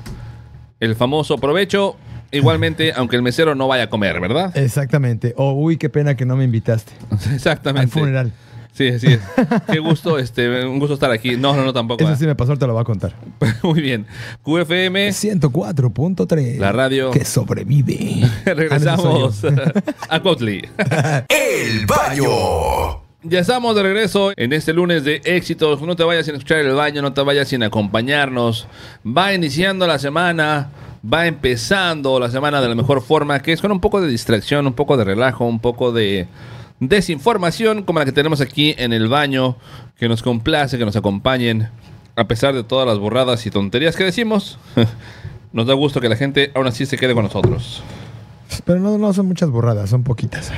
Speaker 2: El famoso provecho. igualmente, aunque el mesero no vaya a comer,
Speaker 8: Eh,
Speaker 2: ¿verdad?
Speaker 8: Exactamente. O, uy, qué pena que no me invitaste
Speaker 2: Exactamente.
Speaker 8: al funeral.
Speaker 2: Sí, así es. Qué gusto, este, un gusto estar aquí. No, no, no, tampoco. ¿eh?
Speaker 8: Eso sí me pasó, te lo voy a contar.
Speaker 2: Muy bien. QFM,
Speaker 8: 104.3.
Speaker 2: La radio.
Speaker 8: Que sobrevive.
Speaker 2: regresamos
Speaker 8: Ah, no, soy
Speaker 2: a Cotley.
Speaker 1: El baño.
Speaker 2: Ya estamos de regreso en este lunes de éxitos. No te vayas sin escuchar el baño, no te vayas sin acompañarnos. Va iniciando la semana, va empezando la semana de la mejor forma, que es con un poco de distracción, un poco de relajo, un poco de desinformación como la que tenemos aquí en el baño, que nos complace, que nos acompañen. A pesar de todas las borradas y tonterías que decimos, nos da gusto que la gente aún así se quede con nosotros.
Speaker 8: yo. Pero no, no son muchas borradas, son poquitas.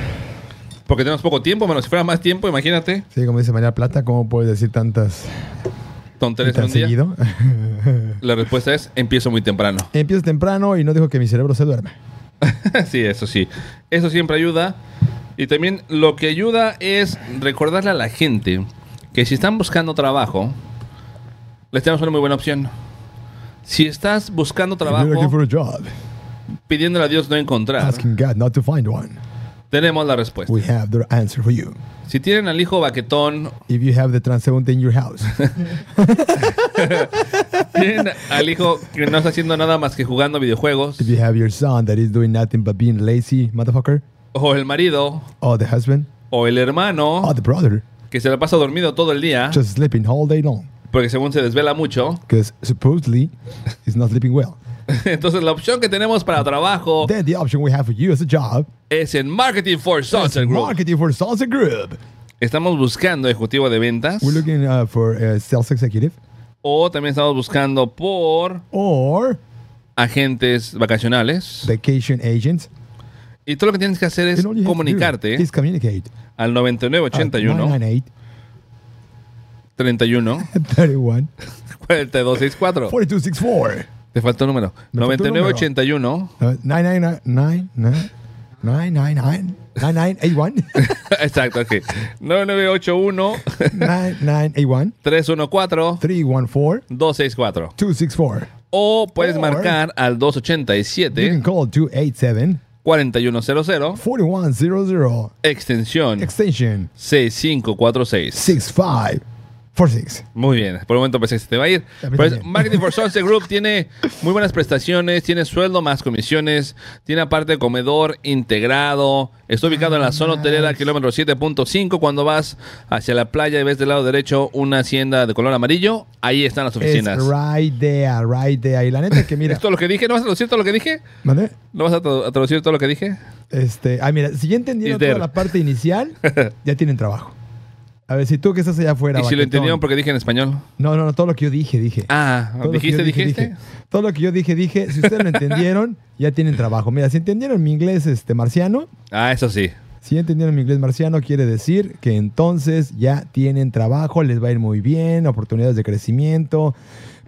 Speaker 2: Porque tenemos poco tiempo, menos si fuera más tiempo, imagínate.
Speaker 8: Sí, como dice María Plata, ¿cómo puedes decir tantas y
Speaker 2: Tonterías en
Speaker 8: tan
Speaker 2: un día.
Speaker 8: seguido?
Speaker 2: La respuesta es empiezo muy temprano.
Speaker 8: Empiezo temprano y no dejo que mi cerebro se duerma.
Speaker 2: sí, eso sí. Eso siempre ayuda. Y también lo que ayuda es recordarle a la gente que si están buscando trabajo, les tenemos una muy buena opción. Si estás buscando
Speaker 8: You're looking
Speaker 2: trabajo,
Speaker 8: for a job,
Speaker 2: pidiéndole a Dios no encontrar,
Speaker 8: asking God not to find one.
Speaker 2: tenemos la respuesta.
Speaker 8: We have the answer for you.
Speaker 2: Si tienen al hijo baquetón,
Speaker 8: If you have the transeúnte in your house,
Speaker 2: tienen al hijo que no está haciendo nada más que jugando videojuegos,
Speaker 8: if you have your son that is doing nothing but being lazy, motherfucker,
Speaker 2: o el marido,
Speaker 8: or the husband,
Speaker 2: o el hermano
Speaker 8: or Oh, the brother,
Speaker 2: que se la pasa dormido todo el día,
Speaker 8: just sleeping all day long,
Speaker 2: porque según se desvela mucho,
Speaker 8: because supposedly he's not sleeping well.
Speaker 2: entonces la opción que tenemos para trabajo
Speaker 8: Then the option we have for you as a job
Speaker 2: es en Marketing for
Speaker 8: is
Speaker 2: Sunset Oh, Group.
Speaker 8: marketing for Salsa Group.
Speaker 2: Estamos buscando ejecutivo de ventas
Speaker 8: We're looking uh, for a sales executive
Speaker 2: o también estamos buscando por
Speaker 8: or
Speaker 2: agentes vacacionales.
Speaker 8: vacation agents.
Speaker 2: Y todo lo que tienes que hacer es
Speaker 8: And all you have to do
Speaker 2: comunicarte
Speaker 8: is communicate. Uh,
Speaker 2: al 9981
Speaker 8: 998
Speaker 2: 31
Speaker 8: 31
Speaker 2: 4264.
Speaker 8: 4264.
Speaker 2: Te faltó un número.
Speaker 8: Me faltó un número.
Speaker 2: 9981.
Speaker 8: Uh, 999 999 9981
Speaker 2: Exacto, ok. 9981
Speaker 8: 9981
Speaker 2: 314
Speaker 8: 314
Speaker 2: 264.
Speaker 8: 264.
Speaker 2: O puedes
Speaker 8: Or-
Speaker 2: marcar al
Speaker 8: You can
Speaker 2: 287
Speaker 8: call 287
Speaker 2: 4100
Speaker 8: 4100
Speaker 2: extensión
Speaker 8: extension
Speaker 2: 6546.
Speaker 8: 6546.
Speaker 2: Muy bien, por un momento pensé que se te va a ir.
Speaker 8: A mí
Speaker 2: Pero
Speaker 8: también.
Speaker 2: es- Marketing for Sunset Group tiene muy buenas prestaciones, tiene sueldo más comisiones, tiene aparte comedor integrado. Está ubicado
Speaker 8: Ah,
Speaker 2: en la zona hotelera, kilómetro 7.5. Cuando vas hacia la playa y ves del lado derecho una hacienda de color amarillo, ahí están las oficinas.
Speaker 8: Es right there, right there. Y la neta que mira.
Speaker 2: ¿Es todo lo que dije? ¿No vas a traducir todo lo que dije?
Speaker 8: ¿Mande?
Speaker 2: ¿No vas a, tra- a traducir todo lo que dije?
Speaker 8: Este, ah, mira, si ya entendieron
Speaker 2: Is there.
Speaker 8: toda la parte inicial, ya tienen trabajo. A ver, si tú que estás allá afuera.
Speaker 2: ¿Y si lo
Speaker 8: vaquetón.
Speaker 2: entendieron porque dije en español?
Speaker 8: No, no, no, todo lo que yo dije, dije.
Speaker 2: Ah,
Speaker 8: Todo lo que
Speaker 2: ¿dijiste,
Speaker 8: yo dije,
Speaker 2: dijiste?
Speaker 8: dije. Todo lo que yo dije, dije. Si ustedes lo entendieron, ya tienen trabajo. Mira, si entendieron mi inglés este, marciano,
Speaker 2: Ah, eso sí.
Speaker 8: si ya entendieron mi inglés marciano, quiere decir que entonces ya tienen trabajo, les va a ir muy bien, oportunidades de crecimiento.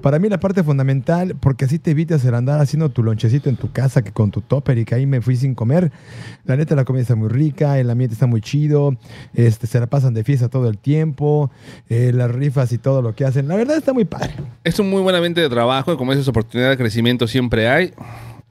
Speaker 8: Para mí la parte fundamental, porque así te evitas el andar haciendo tu lonchecito en tu casa, que con tu topper y que ahí me fui sin comer. La neta, la comida está muy rica, el ambiente está muy chido, este, se la pasan de fiesta todo el tiempo, eh, las rifas y todo lo que hacen. La verdad está muy padre.
Speaker 2: Es un muy buen ambiente de trabajo y como dices, oportunidad de crecimiento siempre hay.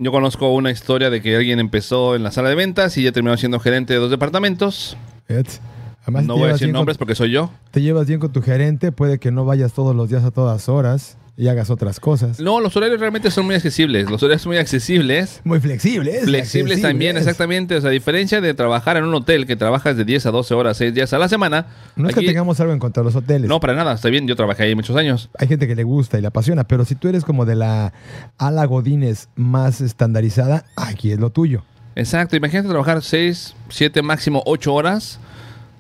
Speaker 2: Yo conozco una historia de que alguien empezó en la sala de ventas y ya terminó siendo gerente de dos departamentos.
Speaker 8: Ets. Además,
Speaker 2: no
Speaker 8: te
Speaker 2: voy a
Speaker 8: llevas
Speaker 2: decir
Speaker 8: bien con-
Speaker 2: nombres porque soy yo.
Speaker 8: te llevas bien con tu gerente, puede que no vayas todos los días a todas horas y hagas otras cosas.
Speaker 2: No, los horarios realmente son muy accesibles. Los horarios son muy accesibles.
Speaker 8: Muy flexibles.
Speaker 2: Flexibles también, exactamente. O sea, a diferencia de trabajar en un hotel que trabajas de 10 a 12 horas, 6 días a la semana.
Speaker 8: No es que
Speaker 2: aquí-
Speaker 8: tengamos algo en contra de los hoteles.
Speaker 2: No, para nada. Está bien, yo trabajé ahí muchos años.
Speaker 8: Hay gente que le gusta y le apasiona, pero si tú eres como de la ala Godínez más estandarizada, aquí es lo tuyo.
Speaker 2: Exacto. Imagínate trabajar 6, 7, máximo 8 horas,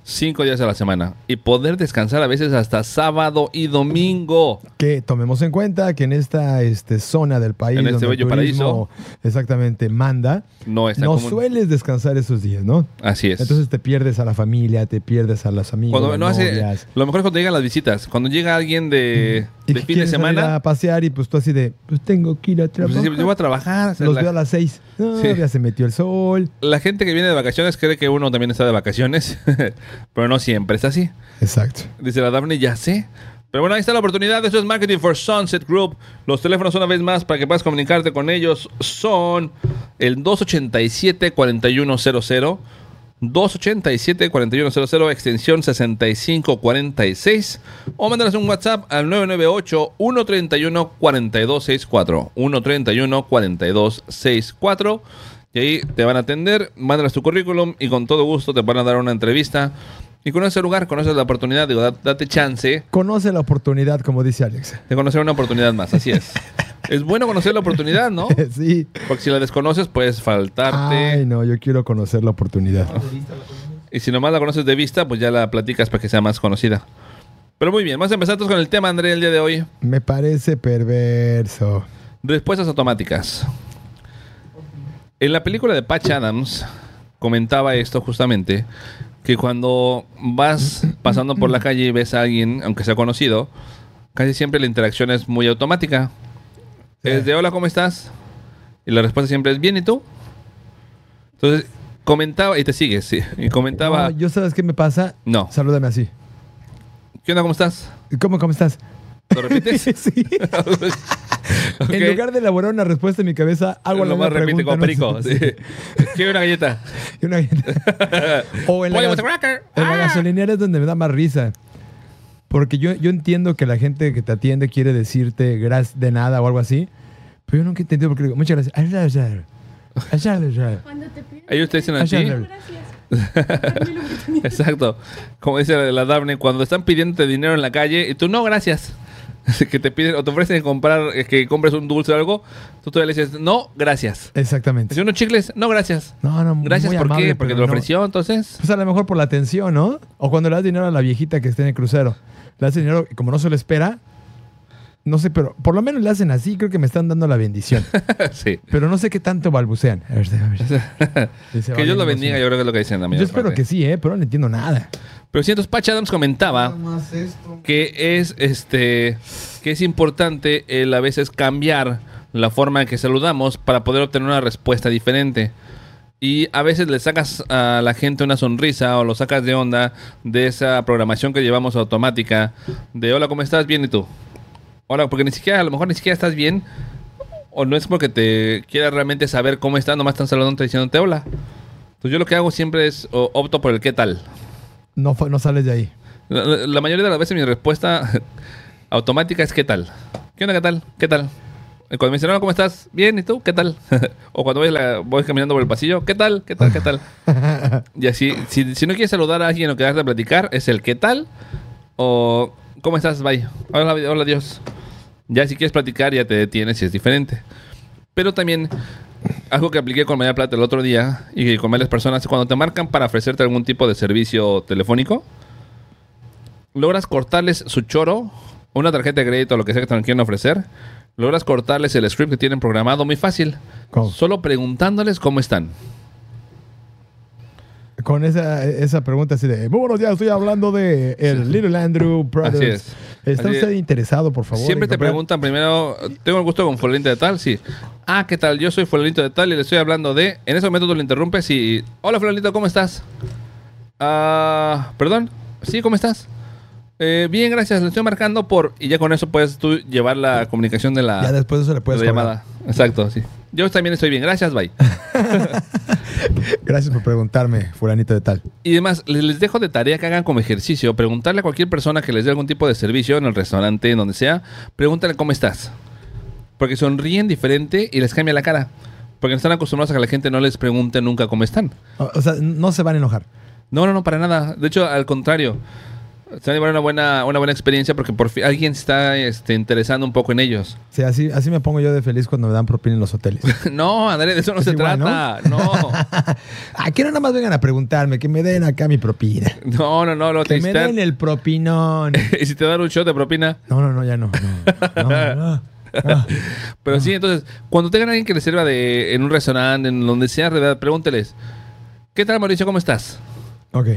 Speaker 2: 5 días a la semana. Y poder descansar a veces hasta sábado y domingo.
Speaker 8: Que tomemos en cuenta que en esta este, zona del país,
Speaker 2: En este
Speaker 8: donde el
Speaker 2: bello
Speaker 8: turismo exactamente manda,
Speaker 2: No está
Speaker 8: no
Speaker 2: común.
Speaker 8: sueles descansar esos días, ¿no?
Speaker 2: Así es.
Speaker 8: Entonces te pierdes a la familia, te pierdes a las amigas.
Speaker 2: cuando no
Speaker 8: las
Speaker 2: hace,
Speaker 8: novias.
Speaker 2: lo mejor es cuando llegan las visitas. Cuando llega alguien de,
Speaker 8: Y
Speaker 2: de
Speaker 8: que
Speaker 2: fin de
Speaker 8: quieren salir
Speaker 2: semana,
Speaker 8: a pasear y pues tú así de, pues tengo que ir a
Speaker 2: pues,
Speaker 8: trabajar.
Speaker 2: dice, yo voy a trabajar. O sea,
Speaker 8: Los
Speaker 2: la,
Speaker 8: veo a las seis. No,
Speaker 2: Sí.
Speaker 8: ya se metió el sol.
Speaker 2: la gente que viene de vacaciones cree que uno también está de vacaciones, pero no siempre es así.
Speaker 8: Exacto.
Speaker 2: Dice la Daphne, ya sé. Pero bueno, ahí está la oportunidad. Esto es Marketing for Sunset Group. Los teléfonos, una vez más, para que puedas comunicarte con ellos, son el 287-4100, 287-4100, extensión 6546, o mandarles un WhatsApp al 998-131-4264, 131-4264. Y ahí te van a atender, mandas tu currículum y con todo gusto te van a dar una entrevista. Y conoce el lugar, conoces la oportunidad, digo, da- date chance
Speaker 8: Conoce la oportunidad, como dice Alex.
Speaker 2: de conocer una oportunidad más, así es. es bueno conocer la oportunidad, ¿no?
Speaker 8: sí.
Speaker 2: Porque si la desconoces, puedes
Speaker 8: Ay,
Speaker 2: faltarte.
Speaker 8: no, yo quiero conocer la oportunidad.
Speaker 2: Y si nomás la conoces de vista, pues ya la platicas para que sea más conocida. Pero muy bien, vamos a empezar entonces con el tema, André, el día de hoy.
Speaker 8: Me parece perverso.
Speaker 2: Respuestas automáticas. En la película de Patch Adams comentaba esto justamente, que cuando vas pasando por la calle y ves a alguien, aunque sea conocido, casi siempre la interacción es muy automática. Es de hola, ¿cómo estás? Y la respuesta siempre es bien, ¿y tú? Entonces, comentaba, y te sigues, sí. Y comentaba,
Speaker 8: No, yo sabes qué me pasa.
Speaker 2: No.
Speaker 8: Salúdame así.
Speaker 2: ¿qué onda, cómo estás?
Speaker 8: ¿Cómo, cómo estás?
Speaker 2: ¿Lo repites?
Speaker 8: sí.
Speaker 2: Ok.
Speaker 8: En lugar de elaborar una respuesta en mi cabeza, hago la
Speaker 2: Lo más
Speaker 8: misma
Speaker 2: repite
Speaker 8: pregunta.
Speaker 2: con perico.
Speaker 8: ¿no?
Speaker 2: sí. Quiero una galleta.
Speaker 8: Y una- o en la,
Speaker 2: Pollo
Speaker 8: gas-
Speaker 2: with a cracker.
Speaker 8: en la
Speaker 2: Ah.
Speaker 8: gasolinera es donde me da más risa. Porque yo, yo entiendo que la gente que te atiende quiere decirte gracias de nada o algo así. Pero yo nunca he entendido por qué le digo, muchas gracias. Ay, ay, ay, ay, ay, ay, ay,
Speaker 2: Ellos te dicen a
Speaker 8: ay,
Speaker 2: ti.
Speaker 8: ay, ay.
Speaker 2: Exacto. Como dice la, la Daphne, cuando están pidiéndote dinero en la calle y tú no, gracias. Que te piden o te ofrecen comprar, eh, que compres un dulce o algo, tú todavía le dices, no, gracias. Si
Speaker 8: Exactamente.
Speaker 2: unos chicles, no, gracias.
Speaker 8: No, no, muy
Speaker 2: Gracias, ¿por
Speaker 8: amable,
Speaker 2: qué? Porque
Speaker 8: pero
Speaker 2: te lo
Speaker 8: no.
Speaker 2: ofreció, entonces.
Speaker 8: Pues a lo mejor por la atención, ¿no? O cuando le das dinero a la viejita que está en el crucero. Le das dinero y como no se lo espera, no sé, pero por lo menos le hacen así. Creo que me están dando la bendición.
Speaker 2: sí.
Speaker 8: pero no sé qué tanto balbucean. A ver, a ver. Dice,
Speaker 2: Que Dios
Speaker 8: "Vale,
Speaker 2: lo
Speaker 8: no
Speaker 2: bendiga,
Speaker 8: sé".
Speaker 2: yo creo que es lo que dicen la
Speaker 8: Yo espero que sí, ¿eh? Pero no entiendo nada.
Speaker 2: Pero si entonces Patch Adams comentaba que es este que es importante el a veces cambiar la forma en que saludamos para poder obtener una respuesta diferente. Y a veces le sacas a la gente una sonrisa o lo sacas de onda de esa programación que llevamos automática de hola, ¿cómo estás? Bien, ¿y tú? Hola, porque ni siquiera, a lo mejor ni siquiera estás bien o no es porque te quieras realmente saber cómo estás, nomás están saludando diciéndote hola. Entonces yo lo que hago siempre es o, opto por el qué tal.
Speaker 8: No, fa- no sales de ahí.
Speaker 2: La, la- la mayoría de las veces mi respuesta automática es ¿qué tal? ¿Qué onda? ¿Qué tal? ¿Qué tal? Y Cuando me dicen, "Hola, ¿cómo estás? Bien, ¿y tú? ¿Qué tal? o cuando voy, la- voy caminando por el pasillo, ¿qué tal? ¿Qué tal? ¿Qué tal? y así, si, si no quieres saludar a alguien o quedarte a platicar, es el ¿qué tal? O ¿cómo estás? Bye. Hola, hola Dios. Ya si quieres platicar, ya te detienes y es diferente. Pero también algo que apliqué con María Plata el otro día y con varias personas, cuando te marcan para ofrecerte algún tipo de servicio telefónico, logras cortarles su choro, una tarjeta de crédito, lo que sea que te lo quieran ofrecer, logras cortarles el script que tienen programado muy fácil,
Speaker 8: ¿Cómo?
Speaker 2: solo preguntándoles cómo están.
Speaker 8: Con esa, esa pregunta así de, muy buenos días, estoy hablando de el Little Andrew Brothers.
Speaker 2: Así es.
Speaker 8: ¿Está
Speaker 2: Así
Speaker 8: usted
Speaker 2: es.
Speaker 8: interesado, por favor?
Speaker 2: Siempre
Speaker 8: en
Speaker 2: te
Speaker 8: comprar?
Speaker 2: preguntan primero, ¿tengo el gusto con fulanito de tal? Sí. Ah, ¿qué tal? Yo soy fulanito de tal y le estoy hablando de... En ese momento tú le interrumpes y... Hola fulanito, ¿cómo estás? Ah, perdón. Sí, ¿cómo estás? "Eh, bien, gracias. Le estoy marcando por... Y ya con eso puedes tú llevar la comunicación de la...
Speaker 8: Ya después de eso le puedes
Speaker 2: de la
Speaker 8: cobrar.
Speaker 2: llamada. Exacto, sí. Yo también estoy bien. Gracias, bye.
Speaker 8: Gracias por preguntarme, fulanito de tal.
Speaker 2: Y además, les, les dejo de tarea que hagan como ejercicio, preguntarle a cualquier persona que les dé algún tipo de servicio en el restaurante, en donde sea, pregúntale cómo estás. Porque sonríen diferente y les cambia la cara. Porque están acostumbrados a que la gente no les pregunte nunca cómo están.
Speaker 8: O, o sea, no se van a enojar.
Speaker 2: No, no, no, para nada. De hecho, al contrario. Se van a llevar una buena, una buena experiencia porque por fin alguien se está este, interesando un poco en ellos.
Speaker 8: Sí, así, así me pongo yo de feliz cuando me dan propina en los hoteles.
Speaker 2: no, Andrés, de eso no
Speaker 8: Es
Speaker 2: se
Speaker 8: igual, ¿no?
Speaker 2: trata. No,
Speaker 8: Aquí Ah, no nada más vengan a preguntarme, que me den acá mi propina.
Speaker 2: no, no, no. no,
Speaker 8: Que
Speaker 2: te-
Speaker 8: me
Speaker 2: te-
Speaker 8: den el propinón.
Speaker 2: Y si te dan un shot de propina.
Speaker 8: No, no, no, ya no. no, no, no. Ah,
Speaker 2: Pero sí, entonces, cuando tengan a alguien que les sirva de, en un restaurante, en donde sea, de verdad, pregúnteles, ¿qué tal Mauricio? ¿Cómo estás?
Speaker 8: Ok.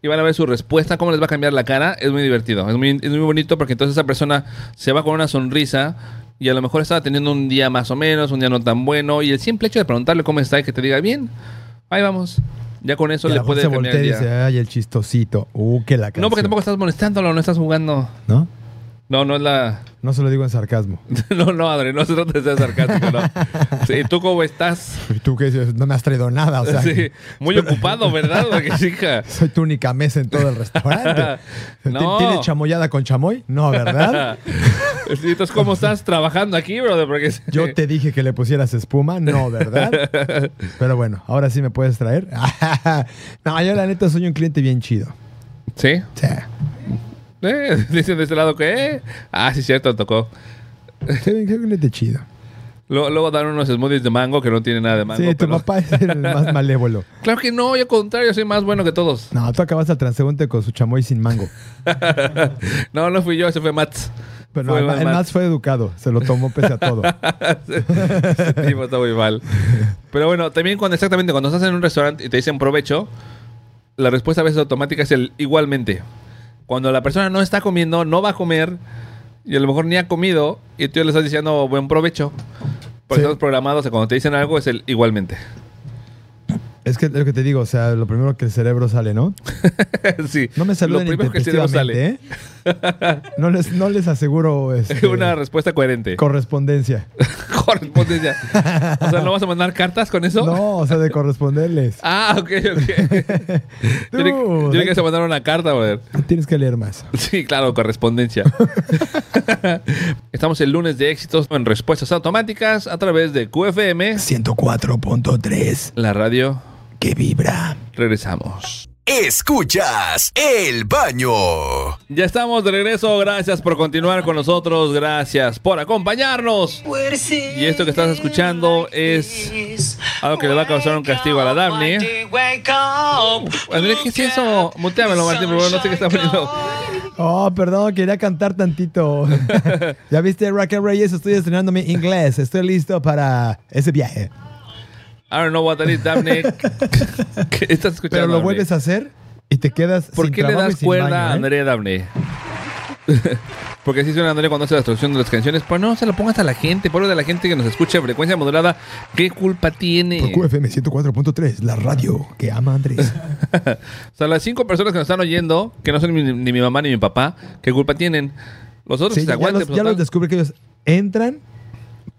Speaker 2: Y van a ver su respuesta, cómo les va a cambiar la cara. Es muy divertido, es muy, es muy bonito porque entonces esa persona se va con una sonrisa y a lo mejor estaba teniendo un día más o menos, un día no tan bueno. Y el simple hecho de preguntarle cómo está y que te diga, bien, ahí vamos. Ya con eso
Speaker 8: Y a
Speaker 2: le
Speaker 8: lo mejor
Speaker 2: puede
Speaker 8: se
Speaker 2: cambiar
Speaker 8: voltea
Speaker 2: el
Speaker 8: y "Ah,
Speaker 2: día.
Speaker 8: dice, ay, el chistosito. Uh, que la
Speaker 2: No, porque
Speaker 8: canción".
Speaker 2: tampoco estás molestándolo, no estás jugando.
Speaker 8: ¿No?
Speaker 2: No, no es la.
Speaker 8: No se lo digo en sarcasmo.
Speaker 2: No, no, Adri, no se trata de ser sarcástico, no. Sí, ¿tú cómo estás?
Speaker 8: ¿Y tú qué dices? No me has traído nada, o sea.
Speaker 2: Sí, muy ocupado, ¿verdad? Porque, chica.
Speaker 8: Soy tu única mesa en todo el restaurante.
Speaker 2: No.
Speaker 8: ¿Tiene chamoyada con chamoy? No, ¿verdad?
Speaker 2: Sí, Entonces, ¿cómo estás trabajando aquí, brother? Porque sí.
Speaker 8: Yo te dije que le pusieras espuma, no, ¿verdad? Pero bueno, ahora sí me puedes traer. no, yo la neta soy un cliente bien chido.
Speaker 2: ¿Sí?
Speaker 8: O sea,
Speaker 2: Eh, dicen de este lado que. eh. Ah, sí, cierto, tocó.
Speaker 8: soy un cliente chido.
Speaker 2: Luego, luego dan unos smoothies de mango que no tienen nada de mango.
Speaker 8: sí, tu
Speaker 2: pero-
Speaker 8: papá es el más malévolo.
Speaker 2: Claro que no, yo al contrario, soy más bueno que todos.
Speaker 8: No, tú acabas al transeúnte con su chamoy sin mango.
Speaker 2: No, no fui yo, ese fue Mats.
Speaker 8: Pero no,
Speaker 2: Fue
Speaker 8: el,
Speaker 2: el
Speaker 8: el
Speaker 2: Mats.
Speaker 8: Mats fue educado, se lo tomó pese a todo.
Speaker 2: Ese tipo pues, está muy mal. Pero bueno, también cuando exactamente cuando estás en un restaurante y te dicen provecho, la respuesta a veces automática es el igualmente. Cuando la persona no está comiendo, no va a comer y a lo mejor ni ha comido y tú ya le estás diciendo buen provecho. Porque
Speaker 8: Sí.
Speaker 2: estamos programados a cuando te dicen algo es el igualmente.
Speaker 8: Es que lo que te digo, o sea, lo primero que el cerebro sale, ¿no?
Speaker 2: sí.
Speaker 8: No me
Speaker 2: Lo
Speaker 8: saluden
Speaker 2: primero que se nos
Speaker 8: intempestivamente,
Speaker 2: sale
Speaker 8: ¿eh? No les, no les aseguro
Speaker 2: es
Speaker 8: este,
Speaker 2: una respuesta coherente.
Speaker 8: correspondencia.
Speaker 2: Correspondencia. O sea, ¿no vas a mandar cartas con eso?
Speaker 8: No, o sea, de corresponderles.
Speaker 2: Ah, ok, ok. Yo le- yo le
Speaker 8: Dude,
Speaker 2: que se mandaron una carta, brother.
Speaker 8: Tienes que leer más.
Speaker 2: Sí, claro, correspondencia. Estamos el lunes de éxitos en respuestas automáticas a través de QFM,
Speaker 8: 104.3
Speaker 2: la radio.
Speaker 8: que vibra.
Speaker 2: Regresamos.
Speaker 1: Escuchas El Baño.
Speaker 2: Ya estamos de regreso. Gracias por continuar con nosotros. Gracias por acompañarnos. Y esto que estás escuchando es algo que le va a causar un castigo a la Daphne. Andrés, ¿qué es eso? Muteamelo, Martín, por favor, no sé qué está poniendo.
Speaker 8: Oh, perdón, quería cantar tantito. ya viste, Raquel Reyes, estoy estrenando mi inglés. Estoy listo para ese viaje.
Speaker 2: I don't know what that is, Daphne. ¿Qué estás escuchando?
Speaker 8: Pero lo
Speaker 2: Daphne?
Speaker 8: vuelves a hacer y te quedas
Speaker 2: ¿Por
Speaker 8: sin
Speaker 2: qué le
Speaker 8: trabajo y
Speaker 2: das
Speaker 8: sin
Speaker 2: cuerda
Speaker 8: baño,
Speaker 2: a
Speaker 8: ¿eh?
Speaker 2: Andrea Dable? Porque así suena Andrea cuando hace la traducción de las canciones. Pues no, se lo pongas a la gente, pobre de la gente que nos escucha en frecuencia modulada. ¿Qué culpa tiene?
Speaker 8: Por QFM 104.3, la radio que ama a Andrés.
Speaker 2: O sea, las cinco personas que nos están oyendo, que no son ni, ni mi mamá ni mi papá, ¿qué culpa tienen? Los otros
Speaker 8: Sí,
Speaker 2: que se
Speaker 8: ya,
Speaker 2: aguanten.
Speaker 8: los,
Speaker 2: pues,
Speaker 8: ya los
Speaker 2: total.
Speaker 8: descubrí que ellos entran,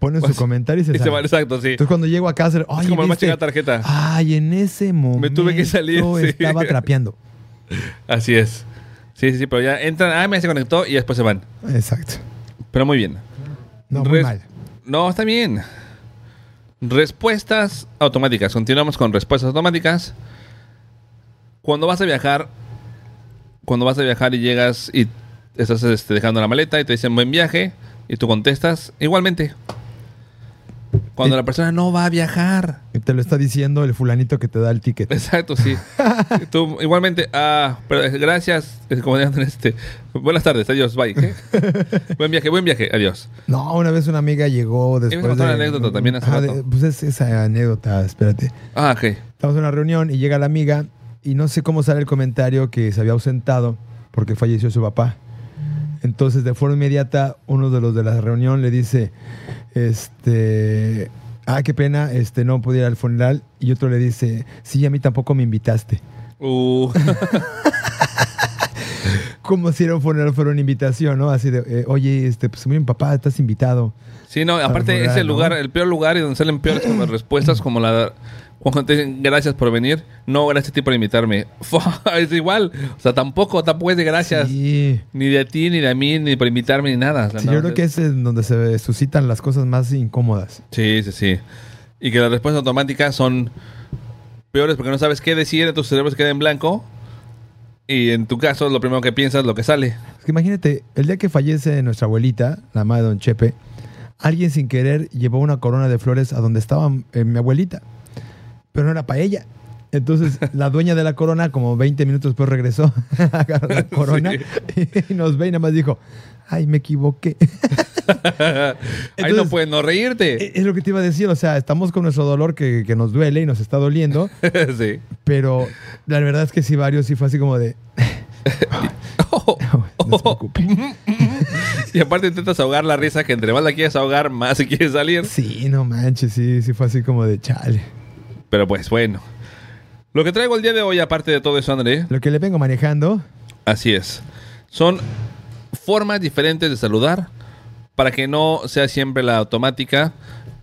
Speaker 8: ponen
Speaker 2: Pues,
Speaker 8: su comentario y se,
Speaker 2: Y se
Speaker 8: salen.
Speaker 2: van, exacto, sí.
Speaker 8: Entonces cuando llego a casa, ay,
Speaker 2: como el más
Speaker 8: ¿viste?
Speaker 2: chica tarjeta.
Speaker 8: Ay, en ese momento
Speaker 2: tuve que salir, sí.
Speaker 8: estaba trapeando.
Speaker 2: Así es. Sí, sí, sí, pero ya entran, ah, me se conectó y después se van.
Speaker 8: Exacto.
Speaker 2: Pero muy bien.
Speaker 8: No, muy
Speaker 2: Res-
Speaker 8: mal.
Speaker 2: No, está bien. Respuestas automáticas. Continuamos con respuestas automáticas. Cuando vas a viajar, cuando vas a viajar y llegas y estás este, dejando la maleta y te dicen buen viaje y tú contestas igualmente. Cuando
Speaker 8: Sí.
Speaker 2: la persona no va a viajar.
Speaker 8: Y Te lo está diciendo el fulanito que te da el ticket.
Speaker 2: Exacto, sí. Y tú igualmente, ah, pero, eh, gracias, eh, como digan, este, buenas tardes, adiós, bye. ¿eh? buen viaje, buen viaje, adiós.
Speaker 8: No, una vez una amiga llegó
Speaker 2: me
Speaker 8: después
Speaker 2: contó
Speaker 8: de...
Speaker 2: una anécdota también hace
Speaker 8: Ah, de-
Speaker 2: rato.
Speaker 8: Pues es esa anécdota, espérate.
Speaker 2: Ah, ok.
Speaker 8: Estamos en una reunión y llega la amiga y no sé cómo sale el comentario que se había ausentado porque falleció su papá. Entonces, de forma inmediata, uno de los de la reunión le dice, este, ah, qué pena, este, no pude ir al funeral. Y otro le dice, sí, a mí tampoco me invitaste.
Speaker 2: Uh.
Speaker 8: Como si era un funeral fuera una invitación, ¿no? Así de, eh, oye, este, pues muy mi papá, estás invitado.
Speaker 2: Sí, no, aparte
Speaker 8: Para
Speaker 2: es el
Speaker 8: ¿no?
Speaker 2: lugar, el peor lugar y donde salen peores como respuestas como la cuando te dicen gracias por venir, no gracias a ti por invitarme. Fua, es igual, o sea, tampoco tampoco es de gracias
Speaker 8: Sí.
Speaker 2: ni de a ti ni de a mí ni por invitarme ni nada. O sea,
Speaker 8: Sí,
Speaker 2: no,
Speaker 8: yo creo que es en donde se suscitan las cosas más incómodas.
Speaker 2: Sí, sí, sí. Y que las respuestas automáticas son peores porque no sabes qué decir, en tu cerebro se queda en blanco y en tu caso lo primero que piensas es lo que sale.
Speaker 8: Es que imagínate, el día que fallece nuestra abuelita, la madre de Don Chepe, alguien sin querer llevó una corona de flores a donde estaba eh, mi abuelita, pero no era para ella. Entonces, la dueña de la corona, como 20 minutos después, regresó a la corona y nos ve y nada más dijo: Ay, me equivoqué.
Speaker 2: Ahí no
Speaker 8: Entonces- e-,
Speaker 2: puedes no reírte.
Speaker 8: Es lo que te iba a decir, o sea, estamos con nuestro dolor que, que nos duele y nos está doliendo,
Speaker 2: sí.
Speaker 8: pero la verdad es que sí, varios sí fue así como de: No
Speaker 2: Oh,
Speaker 8: se preocupe.
Speaker 2: Y aparte intentas ahogar la risa que entre más la quieres ahogar, más se quiere salir.
Speaker 8: Sí, no manches, sí, sí fue así como de chale.
Speaker 2: Pero pues bueno. Lo que traigo el día de hoy, aparte de todo eso, André,
Speaker 8: Lo que le vengo manejando
Speaker 2: así es. Son formas diferentes de saludar para que no sea siempre la automática,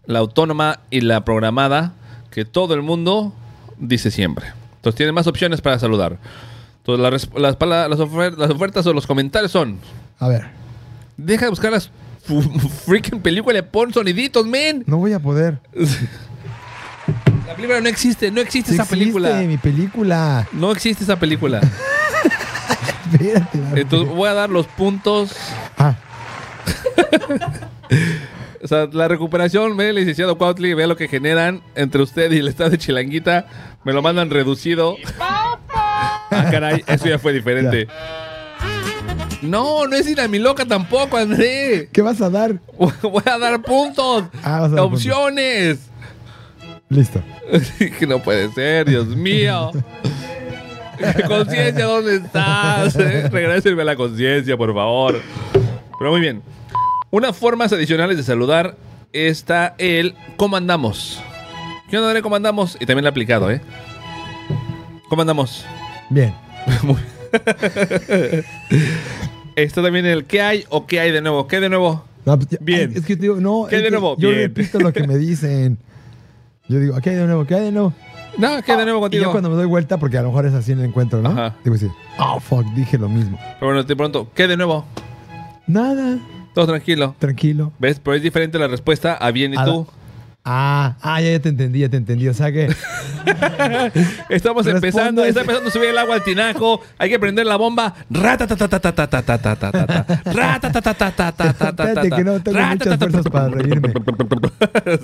Speaker 2: la autónoma y la programada que todo el mundo dice siempre. Entonces tiene más opciones para saludar. Entonces la resp- las, pala- las ofer- las ofertas o los comentarios son,
Speaker 8: A ver,
Speaker 2: deja de buscar las fu- freaking películas, pon soniditos, men.
Speaker 8: no voy a poder.
Speaker 2: La película no existe, no existe
Speaker 8: Sí
Speaker 2: esa
Speaker 8: existe
Speaker 2: película.
Speaker 8: mi película.
Speaker 2: No existe esa película.
Speaker 8: Espérate. la-
Speaker 2: Entonces voy a dar los puntos.
Speaker 8: Ah,
Speaker 2: O sea, la recuperación, ve, licenciado Cuautli, ve lo que generan entre usted y el estado de Chilanguita. Me lo mandan reducido. Ah, caray, eso ya fue diferente. No, no es dinamiloca tampoco, André.
Speaker 8: ¿Qué vas a dar?
Speaker 2: Voy a dar puntos.
Speaker 8: Ah, vas a dar
Speaker 2: opciones.
Speaker 8: Listo.
Speaker 2: que no puede ser, Dios mío. conciencia, ¿dónde estás? Eh, Regrésenme la conciencia, por favor. Pero muy bien. Unas formas adicionales de saludar está el ¿Cómo andamos? ¿Qué onda, André? ¿Cómo andamos? Y también lo he aplicado, ¿eh? ¿Cómo andamos?
Speaker 8: Bien.
Speaker 2: Está también el ¿Qué hay o qué hay de nuevo? ¿Qué de nuevo?
Speaker 8: No, pues, ya-
Speaker 2: Bien.
Speaker 8: ay, es que digo, no.
Speaker 2: ¿Qué
Speaker 8: es
Speaker 2: de
Speaker 8: que
Speaker 2: nuevo?
Speaker 8: Yo
Speaker 2: Bien.
Speaker 8: repito lo que me dicen. Yo digo, ¿qué hay de nuevo? ¿Qué hay de nuevo?
Speaker 2: No, ¿qué de nuevo
Speaker 8: Y yo
Speaker 2: contigo?
Speaker 8: cuando me doy vuelta, porque a lo mejor es así en el encuentro, ¿no?
Speaker 2: Ajá.
Speaker 8: Digo así, oh fuck, dije lo mismo.
Speaker 2: Pero bueno, de pronto, ¿qué de nuevo?
Speaker 8: Nada,
Speaker 2: Todo tranquilo.
Speaker 8: tranquilo.
Speaker 2: ¿Ves? Pero es diferente la respuesta a bien y
Speaker 8: A la-
Speaker 2: tú.
Speaker 8: Ah, ah, ya, ya te entendí, ya te entendí. O sea que,
Speaker 2: Estamos
Speaker 8: Respondo
Speaker 2: empezando,
Speaker 8: ese-
Speaker 2: está empezando a subir el agua al tinaco. Hay que prender la bomba. Ratatatatatatatatata. Ratatatatatatatatata.
Speaker 8: espérate que no tengo muchas fuerzas para reírme.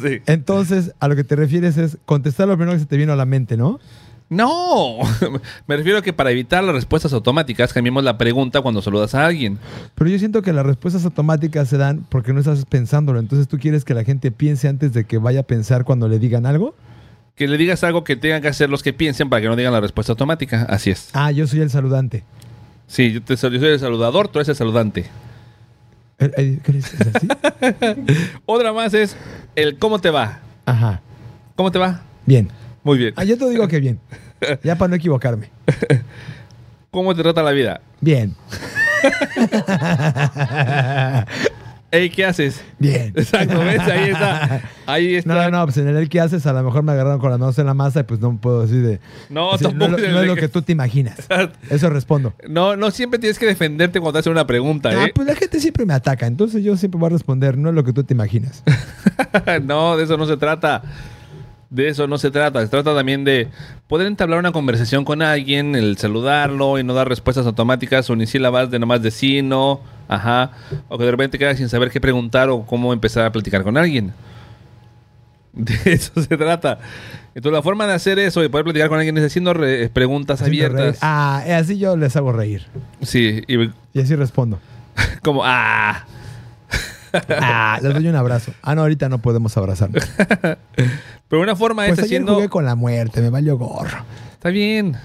Speaker 2: Sí.
Speaker 8: Entonces, a lo que te refieres es contestar lo primero que se te vino a la mente, ¿no?
Speaker 2: No, me refiero a que para evitar las respuestas automáticas cambiemos la pregunta cuando saludas a alguien.
Speaker 8: Pero yo siento que las respuestas automáticas se dan porque no estás pensándolo. Entonces, ¿tú quieres que la gente piense antes de que vaya a pensar cuando le digan algo?
Speaker 2: Que le digas algo que tengan que hacer los que piensen para que no digan la respuesta automática. Así es.
Speaker 8: Ah, yo soy el saludante.
Speaker 2: Sí, yo, te, yo soy el saludador, tú eres el saludante.
Speaker 8: Eh, eh, ¿qué ¿Es ¿Es así?
Speaker 2: Otra más es el cómo te va.
Speaker 8: Ajá,
Speaker 2: ¿Cómo te va?
Speaker 8: bien.
Speaker 2: Muy bien.
Speaker 8: Ah, yo te digo que bien. Ya para no equivocarme.
Speaker 2: ¿Cómo te trata la vida?
Speaker 8: Bien,
Speaker 2: Ey, ¿qué haces?
Speaker 8: bien.
Speaker 2: Exacto, ¿ves? Ahí está. Ahí está.
Speaker 8: No, no, pues en el que haces, a lo mejor me agarraron con las manos en la masa y pues no puedo decir de.
Speaker 2: No,
Speaker 8: así,
Speaker 2: tampoco
Speaker 8: No, es
Speaker 2: es
Speaker 8: lo-
Speaker 2: el
Speaker 8: no es
Speaker 2: de
Speaker 8: lo
Speaker 2: que-
Speaker 8: que tú te imaginas. Eso respondo.
Speaker 2: No, no siempre tienes que defenderte cuando te hacen una pregunta,
Speaker 8: Ah,
Speaker 2: ¿eh?
Speaker 8: pues la gente siempre me ataca, entonces yo siempre voy a responder, no es lo que tú te imaginas.
Speaker 2: no, de eso no se trata. De eso no se trata. Se trata también de poder entablar una conversación con alguien, el saludarlo y no dar respuestas automáticas unisílabas de nomás de sí, no, ajá. O que de repente quedas sin saber qué preguntar o cómo empezar a platicar con alguien. De eso se trata. Entonces, la forma de hacer eso y poder platicar con alguien es haciendo re- preguntas
Speaker 8: Haciendo reír.
Speaker 2: abiertas.
Speaker 8: Ah, eh, así yo les hago reír.
Speaker 2: Sí, y
Speaker 8: Y así respondo.
Speaker 2: como, ah.
Speaker 8: Ah, les doy un abrazo. Ah, no, ahorita no podemos abrazarnos.
Speaker 2: Pero una forma es
Speaker 8: Pues ayer
Speaker 2: haciendo.
Speaker 8: jugué con la muerte, me valió gorro.
Speaker 2: Está bien.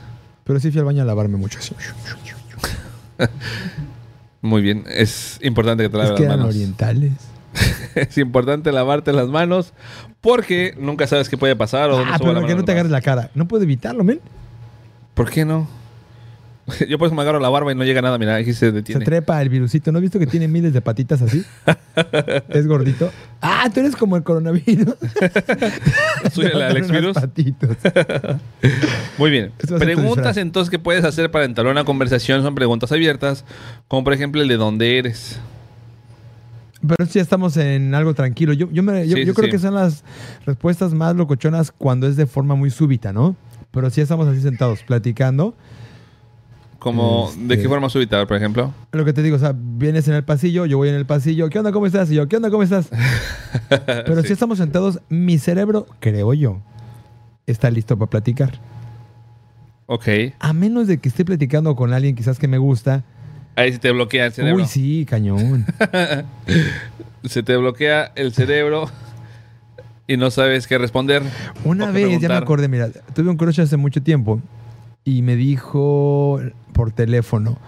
Speaker 8: Pero sí fui al baño a lavarme mucho así.
Speaker 2: Muy bien. Es importante que te
Speaker 8: Es
Speaker 2: laves
Speaker 8: que
Speaker 2: las
Speaker 8: eran
Speaker 2: manos.
Speaker 8: orientales.
Speaker 2: es importante lavarte las manos porque nunca sabes qué puede pasar o dónde
Speaker 8: Ah,
Speaker 2: estuvo la
Speaker 8: pero que
Speaker 2: mano
Speaker 8: no te
Speaker 2: de los
Speaker 8: agarres la cara. No puedo evitarlo, men.
Speaker 2: demás. ¿Por qué no? Yo por eso me agarro la barba y no llega nada. Mira, aquí se
Speaker 8: Se
Speaker 2: detiene.
Speaker 8: trepa el virusito. ¿No has visto que tiene miles de patitas así? es gordito. Ah, tú eres como el coronavirus.
Speaker 2: Soy el Alex Virus.
Speaker 8: Patitos.
Speaker 2: Muy bien.
Speaker 8: Esto va a ser tu disfraz.
Speaker 2: Preguntas entonces que puedes hacer para entablar una conversación son preguntas abiertas, como por ejemplo el de dónde eres.
Speaker 8: Pero sí estamos en algo tranquilo. Yo, yo, me- yo-
Speaker 2: Sí,
Speaker 8: yo
Speaker 2: sí,
Speaker 8: creo
Speaker 2: sí.
Speaker 8: que son las respuestas más locochonas cuando es de forma muy súbita, ¿no? Pero sí estamos así sentados, platicando.
Speaker 2: Como, ¿de
Speaker 8: Este-
Speaker 2: qué forma súbita, por ejemplo?
Speaker 8: Lo que te digo, o sea, vienes en el pasillo, yo voy en el pasillo. ¿Qué onda? ¿Cómo estás? Y yo, ¿qué onda? ¿Cómo estás? Pero si estamos sentados, mi cerebro, creo yo, está listo para platicar.
Speaker 2: Ok.
Speaker 8: A menos de que esté platicando con alguien quizás que me gusta.
Speaker 2: Ahí se te bloquea el cerebro.
Speaker 8: Uy, sí, cañón.
Speaker 2: Se te bloquea el cerebro y no sabes qué responder. O
Speaker 8: Una
Speaker 2: qué
Speaker 8: vez, ya me
Speaker 2: preguntar.
Speaker 8: acordé, mira, tuve un crush hace mucho tiempo y me dijo por teléfono.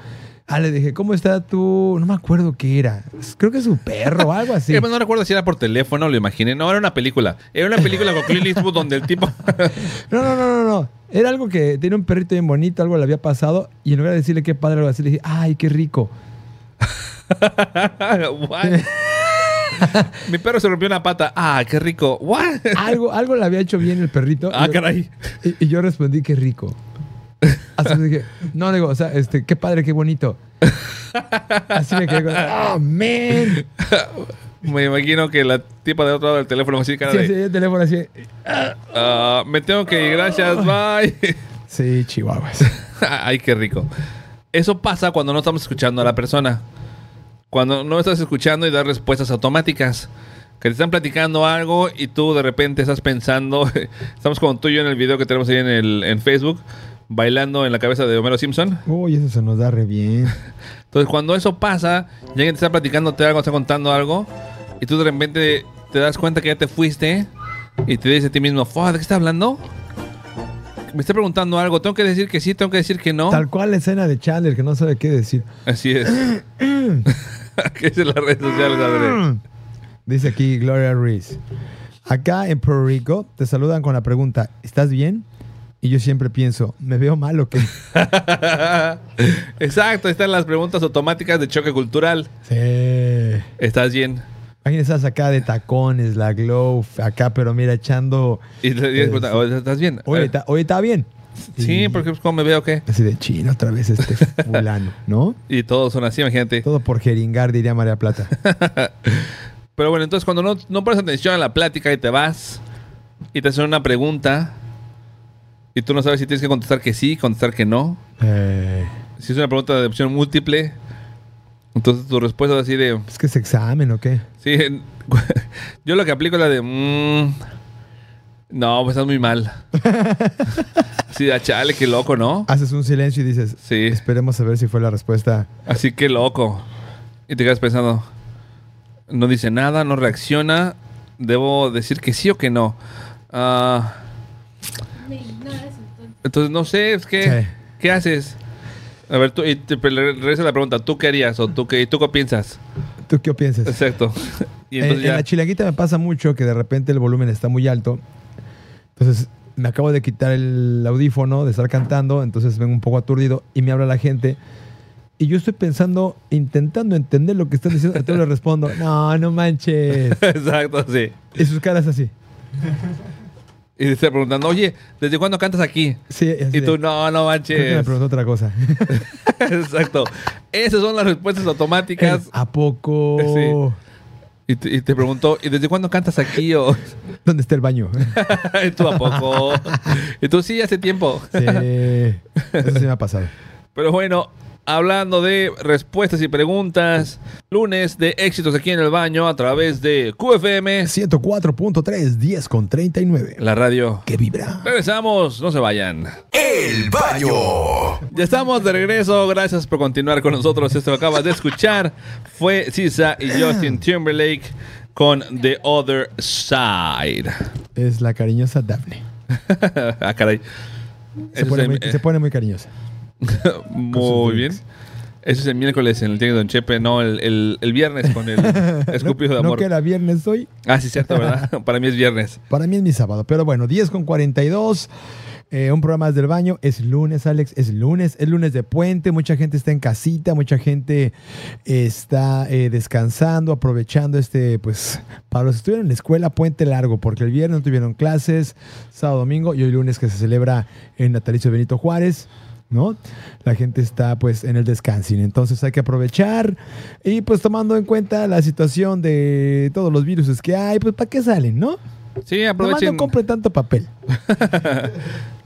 Speaker 8: Ah, le dije, ¿cómo está tu...? No me acuerdo qué era. Creo que su perro o algo así.
Speaker 2: Eh, pues no recuerdo si era por teléfono, lo imaginé. No, era una película. Era una película con Clint Eastwood donde el tipo...
Speaker 8: No, no, no, no, no. Era algo que tenía un perrito bien bonito, algo le había pasado, y en lugar de decirle qué padre, algo así, le dije, ay, qué rico.
Speaker 2: What? Mi perro se rompió una pata. Ah, qué rico. What?
Speaker 8: Algo, algo le había hecho bien el perrito.
Speaker 2: Ah,
Speaker 8: Y-
Speaker 2: caray.
Speaker 8: Y, y yo respondí, qué rico. Así me dije, no, digo, o sea, este, qué padre, qué bonito. Así me quedé con, ¡ah, man!
Speaker 2: Me imagino que la tipa del otro lado del teléfono así, cara
Speaker 8: Sí,
Speaker 2: de,
Speaker 8: así, el teléfono así.
Speaker 2: "Ah, me tengo que ir, gracias, bye.
Speaker 8: Sí, chihuahuas.
Speaker 2: Ay, qué rico. Eso pasa cuando no estamos escuchando a la persona. Cuando no estás escuchando y das respuestas automáticas. Que te están platicando algo y tú de repente estás pensando. Estamos como tú y yo en el video que tenemos ahí en, el, en Facebook, bailando en la cabeza de Homero Simpson.
Speaker 8: Uy, eso se nos da re bien.
Speaker 2: Entonces, cuando eso pasa, y alguien te está platicando algo, está contando algo, y tú de repente te das cuenta que ya te fuiste y te dices a ti mismo, "Fua, ¿de qué está hablando? Me está preguntando algo, tengo que decir que sí, tengo que decir que no.
Speaker 8: Tal cual la escena de Chandler que no sabe qué decir.
Speaker 2: Así es. ¿Qué es en las redes sociales, André?
Speaker 8: Mm. Dice aquí Gloria Ruiz. Acá en Puerto Rico te saludan con la pregunta, ¿estás bien? Y yo siempre pienso, ¿me veo mal o qué?
Speaker 2: Exacto, ahí están las preguntas automáticas de choque cultural.
Speaker 8: Sí.
Speaker 2: ¿Estás bien?
Speaker 8: Imagínate, estás acá de tacones, la glow, acá, pero mira, echando.
Speaker 2: Y le y le preguntan, "Oye, "Oh, ¿estás bien?
Speaker 8: Oye, está, oye, ¿está bien.
Speaker 2: Eh. Sí, porque pues, ¿cómo me veo qué?
Speaker 8: Así de chino otra vez este fulano, ¿no?
Speaker 2: Y todos son así, imagínate.
Speaker 8: Todo por jeringar, diría María Plata.
Speaker 2: Pero bueno, entonces cuando no, no pones atención a la plática y te vas y te hacen una pregunta y tú no sabes si tienes que contestar que sí, contestar que no,
Speaker 8: Eh,
Speaker 2: si es una pregunta de opción múltiple, entonces tu respuesta es así de,
Speaker 8: es que es examen o qué.
Speaker 2: sí, en- yo lo que aplico es la de, "Mm, no, pues estás muy mal. sí, a chale, qué loco, ¿no?
Speaker 8: Haces un silencio y dices,
Speaker 2: Sí.
Speaker 8: esperemos a ver si fue la respuesta.
Speaker 2: Así que loco. Y te quedas pensando, no dice nada, no reacciona, debo decir que sí o que no. Ah, entonces no sé, es que,
Speaker 8: Sí.
Speaker 2: ¿qué haces? A ver, tú, y te pre- le regresa la pregunta, ¿tú qué harías? ¿O tú qué, y tú qué piensas?
Speaker 8: ¿Tú qué piensas?
Speaker 2: Exacto. Y
Speaker 8: En-
Speaker 2: entonces
Speaker 8: en,
Speaker 2: ya,
Speaker 8: la chilanguita me pasa mucho que de repente el volumen está muy alto. Entonces me acabo de quitar el audífono, de estar cantando, entonces vengo un poco aturdido y me habla la gente. Y yo estoy pensando, intentando entender lo que están diciendo, entonces le respondo, no, no manches.
Speaker 2: exacto, sí.
Speaker 8: Y sus caras así.
Speaker 2: Y te está preguntando, oye, ¿desde cuándo cantas aquí?
Speaker 8: Sí, así
Speaker 2: Y tú,
Speaker 8: de,
Speaker 2: no, no
Speaker 8: creo que me
Speaker 2: manches.
Speaker 8: preguntó otra cosa.
Speaker 2: Exacto. Esas son las respuestas automáticas.
Speaker 8: ¿A poco?
Speaker 2: Sí. Y te, y te preguntó, ¿y desde cuándo cantas aquí? O,
Speaker 8: ¿Dónde está el baño?
Speaker 2: y tú a poco. Y tú sí, hace tiempo.
Speaker 8: Sí, eso sí me ha pasado.
Speaker 2: Pero bueno, hablando de respuestas y preguntas, lunes de éxitos aquí en el baño a través de QFM,
Speaker 8: 104.3, 10 con 39.
Speaker 2: la radio.
Speaker 8: Que vibra.
Speaker 2: Regresamos, no se vayan.
Speaker 1: El baño.
Speaker 2: Ya estamos de regreso, gracias por continuar con nosotros. Esto que acabas de escuchar fue Sisa y Justin Timberlake con The Other Side.
Speaker 8: Es la cariñosa Daphne.
Speaker 2: ah, caray.
Speaker 8: Se pone, muy, pues, se pone muy cariñosa.
Speaker 2: eh, Muy bien. Eso es el miércoles en el Tianguis Don Chepe, no, el, el- el viernes con el escupido de
Speaker 8: No
Speaker 2: amor.
Speaker 8: que era viernes hoy,
Speaker 2: ah, sí, cierto, ¿verdad? Para mí es viernes.
Speaker 8: para mí es mi sábado. Pero bueno, 10 con 42. eh, un programa del baño. Es lunes, Alex. Es lunes. Es lunes de puente. Mucha gente está en casita. Mucha gente está eh, descansando, aprovechando este, pues, para los que estuvieron en la escuela, puente largo. Porque el viernes no tuvieron clases, sábado, domingo. Y hoy lunes que se celebra el natalicio de Benito Juárez. ¿no? La gente está pues en el descansing, entonces hay que aprovechar y pues tomando en cuenta la situación de todos los virus que hay, pues para qué salen, ¿no?
Speaker 2: Sí,
Speaker 8: Nomás
Speaker 2: aprovechen.
Speaker 8: no compren tanto papel.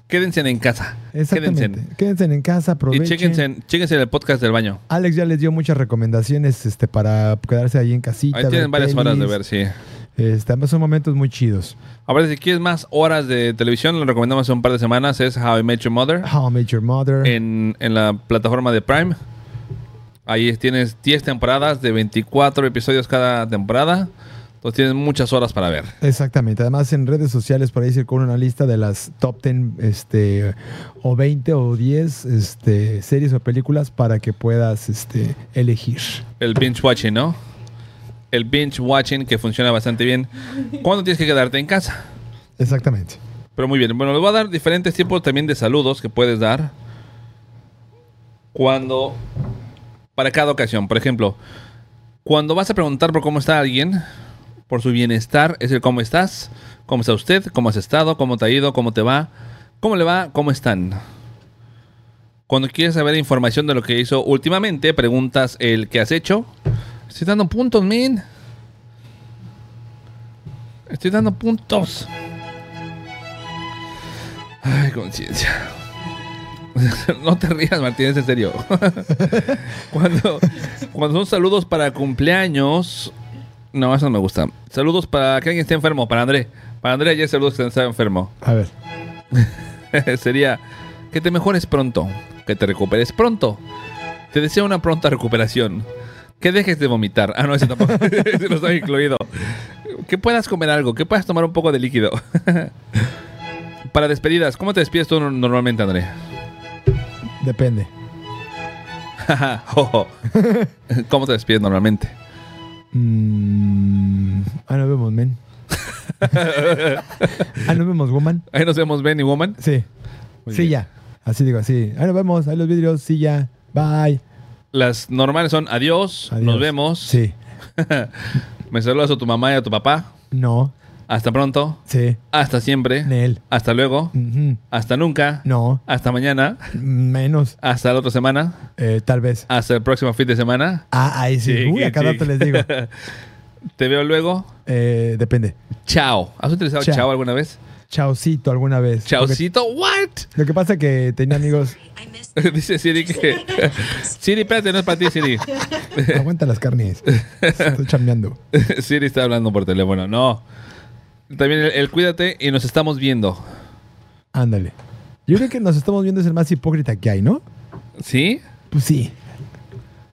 Speaker 2: Quédense en casa.
Speaker 8: Exactamente.
Speaker 2: Quédense.
Speaker 8: Quédense, en casa,
Speaker 2: Y
Speaker 8: aprovechen.
Speaker 2: chéquense, chéquense el podcast del baño.
Speaker 8: Alex ya les dio muchas recomendaciones este, para quedarse ahí en casita.
Speaker 2: Ahí
Speaker 8: ver
Speaker 2: tienen varias horas de
Speaker 8: pelis.
Speaker 2: ver, sí.
Speaker 8: Este, son momentos muy chidos.
Speaker 2: Ahora, si quieres más horas de televisión, lo recomendamos hace un par de semanas. Es How I Met Your Mother
Speaker 8: How I Met Your Mother.
Speaker 2: en, en la plataforma de Prime. Ahí tienes 10 temporadas de 24 episodios cada temporada. Entonces tienes muchas horas para ver.
Speaker 8: Exactamente. Además, en redes sociales por ahí circula una lista de las top 10 este, o 20 o 10 este, series o películas para que puedas este, elegir.
Speaker 2: El binge watching, ¿no? El binge watching que funciona bastante bien. ¿Cuándo tienes que quedarte en casa?
Speaker 8: Exactamente.
Speaker 2: Pero muy bien. Bueno, les voy a dar diferentes tipos también de saludos que puedes dar. Cuando. Para cada ocasión. Por ejemplo, Cuando vas a preguntar por cómo está alguien, por su bienestar, es el cómo estás, cómo está usted, cómo has estado, cómo te ha ido, cómo te va, cómo le va, cómo están. Cuando quieres saber información de lo que hizo últimamente, preguntas el que has hecho. Estoy dando puntos, men. Estoy dando puntos. Ay, conciencia. No te rías, Martínez, en serio. cuando, cuando son saludos para cumpleaños. No, eso no me gusta. Saludos para que alguien esté enfermo, para André. Para André ayer saludos que está enfermo.
Speaker 8: A ver.
Speaker 2: Sería que te mejores pronto, que te recuperes pronto. Te deseo una pronta recuperación. Que dejes de vomitar. Ah, no, eso tampoco. eso no está incluido. Que puedas comer algo, que puedas tomar un poco de líquido. para despedidas, ¿cómo te despides tú normalmente, André?
Speaker 8: Depende.
Speaker 2: Ojo. ¿Cómo te despides normalmente?
Speaker 8: Mm, ah, nos vemos, men. ah, nos vemos, woman.
Speaker 2: Ahí nos vemos, Benny Woman.
Speaker 8: Sí.
Speaker 2: Muy
Speaker 8: sí,
Speaker 2: bien.
Speaker 8: ya. Así digo, así. Ahí nos vemos. Ahí los vidrios. Sí, ya. Bye.
Speaker 2: Las normales son adiós,
Speaker 8: Adiós.
Speaker 2: nos vemos.
Speaker 8: Sí.
Speaker 2: Me saludas a tu mamá y a tu papá.
Speaker 8: No.
Speaker 2: Hasta pronto.
Speaker 8: Sí.
Speaker 2: Hasta siempre.
Speaker 8: Nel.
Speaker 2: Hasta luego.
Speaker 8: Ujú.
Speaker 2: Hasta nunca.
Speaker 8: No.
Speaker 2: Hasta mañana.
Speaker 8: Menos.
Speaker 2: Hasta la otra semana.
Speaker 8: Eh, tal vez.
Speaker 2: Hasta el próximo fin de semana.
Speaker 8: Ah, ahí sí.
Speaker 2: Sí,
Speaker 8: Uy, a cada
Speaker 2: sí.
Speaker 8: rato les digo.
Speaker 2: Te veo luego.
Speaker 8: Eh, depende.
Speaker 2: Chao. ¿Has utilizado
Speaker 8: Chao.
Speaker 2: chao alguna vez?
Speaker 8: Chaucito alguna vez.
Speaker 2: Chaocito. ¿What?
Speaker 8: Lo que, lo que pasa es que tenía amigos.
Speaker 2: Dice Siri que. Siri, espérate, no es para ti, Siri.
Speaker 8: Aguanta las carnes. Estoy chambeando.
Speaker 2: Siri está hablando por teléfono. No. También el, el cuídate y nos estamos viendo.
Speaker 8: Ándale. Yo creo que nos estamos viendo es el más hipócrita que hay, ¿no?
Speaker 2: ¿Sí?
Speaker 8: Pues sí.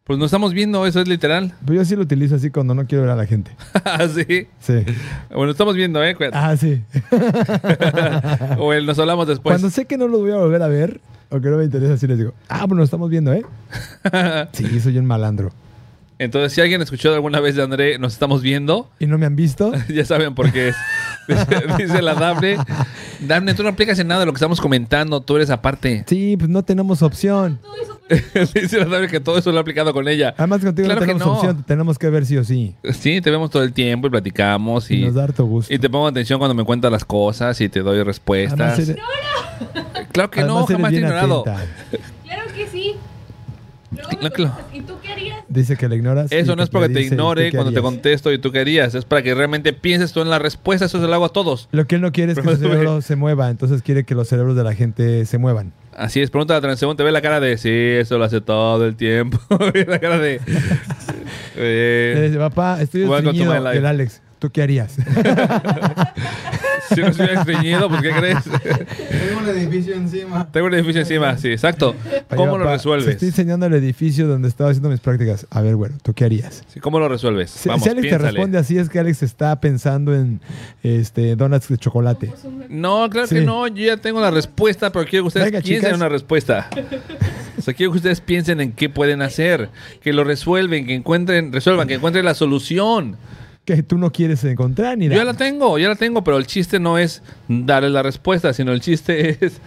Speaker 2: Pues nos estamos viendo, eso es literal.
Speaker 8: Pero yo sí lo utilizo así cuando no quiero ver a la gente.
Speaker 2: Así.
Speaker 8: Sí.
Speaker 2: Bueno, estamos viendo, ¿eh? Cuídate.
Speaker 8: Ah, sí. Ah.
Speaker 2: o el nos hablamos después.
Speaker 8: Cuando sé que no los voy a volver a ver o que no me interesa, sí les digo, ah, bueno, estamos viendo, ¿eh? Sí, soy un malandro.
Speaker 2: Entonces, si alguien escuchó alguna vez de André, nos estamos viendo,
Speaker 8: ¿Y no me han visto?
Speaker 2: ya saben por qué es. Dice, dice la Dafne. Dafne, tú no aplicas en nada de lo que estamos comentando, tú eres aparte.
Speaker 8: Sí, pues no tenemos opción.
Speaker 2: dice la Dafne que todo eso lo ha aplicado con ella.
Speaker 8: Además, contigo
Speaker 2: Claro
Speaker 8: no
Speaker 2: que
Speaker 8: tenemos
Speaker 2: no.
Speaker 8: opción, te tenemos que ver sí o sí.
Speaker 2: Sí, te vemos todo el tiempo y platicamos
Speaker 8: Y
Speaker 2: y,
Speaker 8: nos da harto gusto.
Speaker 2: y te pongo atención cuando me cuentas las cosas y te doy respuestas.
Speaker 8: Además, eres-
Speaker 2: Claro que
Speaker 8: además
Speaker 2: no,
Speaker 8: eres
Speaker 2: jamás te he
Speaker 8: bien
Speaker 2: ignorado.
Speaker 8: atenta.
Speaker 9: Claro que sí. Luego me
Speaker 2: Claro que lo-
Speaker 9: contestas, ¿Y tú qué harías?
Speaker 8: Dice que la ignoras.
Speaker 2: Eso
Speaker 8: y
Speaker 2: no es porque te
Speaker 8: dice, ¿tú
Speaker 2: ignore
Speaker 8: qué
Speaker 2: cuando te
Speaker 8: harías?
Speaker 2: contesto y tú querías. Es para que realmente pienses tú en la respuesta. Eso se lo hago a todos.
Speaker 8: Lo que él no quiere es que su cerebro se mueva, entonces quiere que los cerebros de la gente se muevan.
Speaker 2: Así es, pregunta a transeúnte, ve la cara de sí, eso lo hace todo el tiempo. Ve la cara de.
Speaker 8: Le
Speaker 2: eh,
Speaker 8: dice, papá, estoy
Speaker 2: Welcome to
Speaker 8: estreñido.
Speaker 2: my life.
Speaker 8: Y el Alex, ¿tú qué harías?
Speaker 2: si no estuviera estreñido, pues ¿qué crees?
Speaker 6: Tengo un edificio encima.
Speaker 2: Tengo un edificio encima, sí, exacto. ¿Cómo lo
Speaker 8: Papá, te
Speaker 2: resuelves?
Speaker 8: Estoy enseñando el edificio donde estaba haciendo mis prácticas. A ver, güero, ¿tú qué harías?
Speaker 2: Sí, ¿Cómo lo resuelves?
Speaker 8: Si,
Speaker 2: Vamos,
Speaker 8: si Alex
Speaker 2: piénsale.
Speaker 8: te responde así, es que Alex está pensando en este, donuts de chocolate.
Speaker 2: No, claro
Speaker 8: Sí.
Speaker 2: que no, yo ya tengo la respuesta, pero quiero que ustedes
Speaker 8: Venga,
Speaker 2: piensen
Speaker 8: chicas.
Speaker 2: en una respuesta. O sea, quiero que ustedes piensen en qué pueden hacer, que lo resuelven, que encuentren, resuelvan, que encuentren la solución.
Speaker 8: Que tú no quieres encontrar ni
Speaker 2: Yo
Speaker 8: nada.
Speaker 2: ya la tengo, ya la tengo, pero el chiste no es darle la respuesta, sino el chiste es.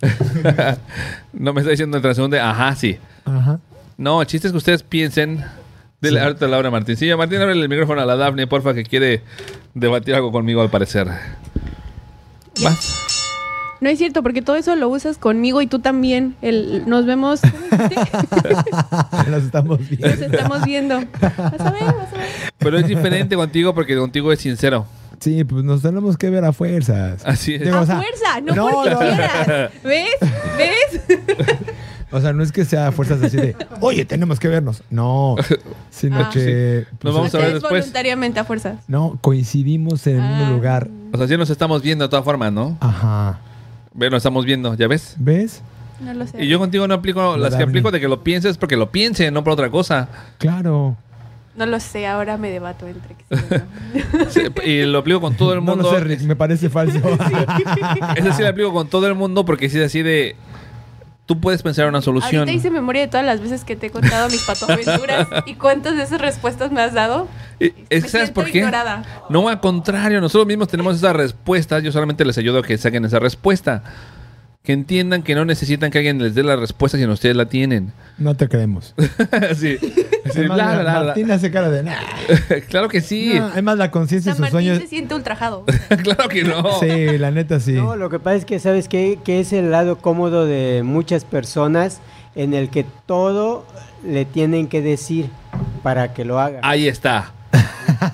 Speaker 2: no me está diciendo el transeúnte, ajá, sí.
Speaker 8: Ajá.
Speaker 2: No, el chiste es que ustedes piensen. Dile
Speaker 8: Sí.
Speaker 2: ahorita a Laura Martín. Sí, Martín, abre el micrófono a la Dafne, porfa, que quiere debatir algo conmigo al parecer. ¿Vas?
Speaker 9: No es cierto, porque todo eso lo usas conmigo y tú también. El, nos vemos. ¿cómo dijiste?
Speaker 8: Las estamos viendo.
Speaker 9: nos estamos viendo. Vas a ver, vas a ver.
Speaker 2: Pero es diferente contigo porque contigo es sincero.
Speaker 8: Sí, pues nos tenemos que ver a fuerzas.
Speaker 2: Así es.
Speaker 8: Digo,
Speaker 9: A
Speaker 8: o sea,
Speaker 9: fuerza, no,
Speaker 8: no,
Speaker 9: porque
Speaker 8: no.
Speaker 9: quieras. ¿Ves? ¿Ves?
Speaker 8: O sea, no es que sea a fuerzas así de, oye, tenemos que vernos. No, sino
Speaker 9: Ah.
Speaker 8: que... pues,
Speaker 2: Nos vamos a ver
Speaker 9: Es
Speaker 2: después.
Speaker 9: voluntariamente a fuerza.
Speaker 8: No, coincidimos en el
Speaker 9: Ah.
Speaker 8: mismo lugar.
Speaker 2: O sea, sí nos estamos viendo de todas formas, ¿no?
Speaker 8: Ajá.
Speaker 2: Bueno, nos estamos viendo, ¿ya ves?
Speaker 8: ¿Ves?
Speaker 9: No lo sé.
Speaker 2: Y yo contigo no aplico, las que
Speaker 8: Dafne.
Speaker 2: aplico de que lo pienses porque lo piense, no por otra cosa.
Speaker 8: Claro.
Speaker 9: No lo sé, ahora me debato entre que sí o no.
Speaker 2: Sí, y lo aplico con todo el
Speaker 8: No
Speaker 2: mundo.
Speaker 8: lo sé, Rick, me parece falso.
Speaker 2: Eso sí lo aplico con todo el mundo porque si es así de. Tú puedes pensar una solución.
Speaker 9: Ahorita hice memoria de todas las veces que te he contado mis patoaventuras y cuántas de esas respuestas me has dado.
Speaker 2: Y- es
Speaker 9: Me
Speaker 2: que Eh, ¿Sabes
Speaker 9: siento
Speaker 2: por qué?
Speaker 9: ignorada.
Speaker 2: No, al contrario, nosotros mismos tenemos esas respuestas. Yo solamente les ayudo a que saquen esa respuesta. Que entiendan que no necesitan que alguien les dé la respuesta, sino ustedes la tienen.
Speaker 8: No te creemos.
Speaker 2: sí. sí,
Speaker 8: Es más,
Speaker 2: bla,
Speaker 8: mira,
Speaker 2: bla, bla.
Speaker 8: Martín hace cara de nah.
Speaker 2: claro que sí.
Speaker 8: Nah, es más, la conciencia y
Speaker 10: San
Speaker 8: sus
Speaker 10: Martín
Speaker 8: sueños.
Speaker 10: se siente ultrajado.
Speaker 2: claro que no.
Speaker 8: Sí, la neta sí.
Speaker 11: No, lo que pasa es que sabes qué? que es el lado cómodo de muchas personas en el que todo le tienen que decir para que lo haga.
Speaker 2: Ahí está.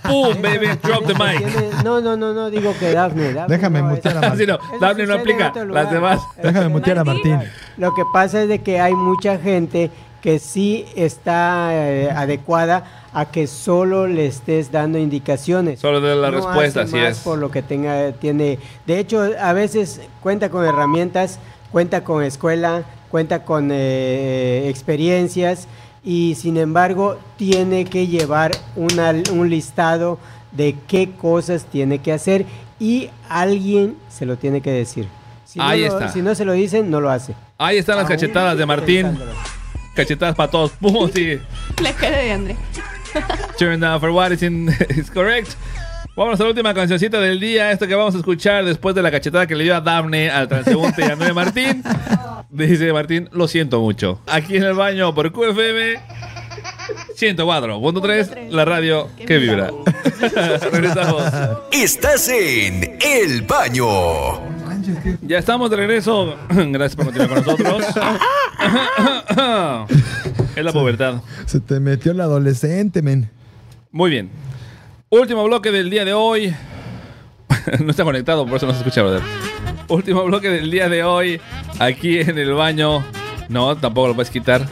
Speaker 2: ¡Pum, uh, baby! ¡Drop the mic!
Speaker 11: Tiene- No, no, no, no, digo que Dafne. Dafne
Speaker 8: Déjame
Speaker 11: no,
Speaker 8: mutear a
Speaker 11: eso-
Speaker 8: Martín.
Speaker 2: Así no,
Speaker 11: eso
Speaker 2: Dafne no
Speaker 11: sucede en
Speaker 2: aplica.
Speaker 11: otro lugar.
Speaker 2: Las demás.
Speaker 8: Déjame mutear a Martín.
Speaker 11: Lo que pasa es de que hay mucha gente que sí está eh, adecuada a que solo le estés dando indicaciones.
Speaker 2: Solo de la
Speaker 11: No
Speaker 2: respuesta,
Speaker 11: hace
Speaker 2: así
Speaker 11: más
Speaker 2: es.
Speaker 11: Por lo que tenga, tiene. De hecho, a veces cuenta con herramientas, cuenta con escuela, cuenta con eh, experiencias y sin embargo tiene que llevar una- un listado de qué cosas tiene que hacer y alguien se lo tiene que decir. Si no
Speaker 2: Ahí
Speaker 11: lo-
Speaker 2: está.
Speaker 11: Si no se lo dicen, no lo hace.
Speaker 2: Ahí están las cachetadas de Martín. Cachetadas para todos. ¡Pum! Sí.
Speaker 10: La cara de André.
Speaker 2: Turn down for what is, in, is correct. Vámonos a la última cancioncita del día. Esto que vamos a escuchar después de la cachetada que le dio a Dafne al transeúnte y a André Martín. Dice Martín, lo siento mucho. Aquí en el baño por QFM 104.3, la radio que vibra. Regresamos.
Speaker 1: Estás en El Baño.
Speaker 2: Ya estamos de regreso. Gracias por continuar con nosotros. es la pubertad.
Speaker 8: Se te metió el adolescente, men.
Speaker 2: Muy bien. Último bloque del día de hoy. no está conectado, por eso no se escucha, brother. Último bloque del día de hoy. Aquí en el baño. No, tampoco lo puedes quitar.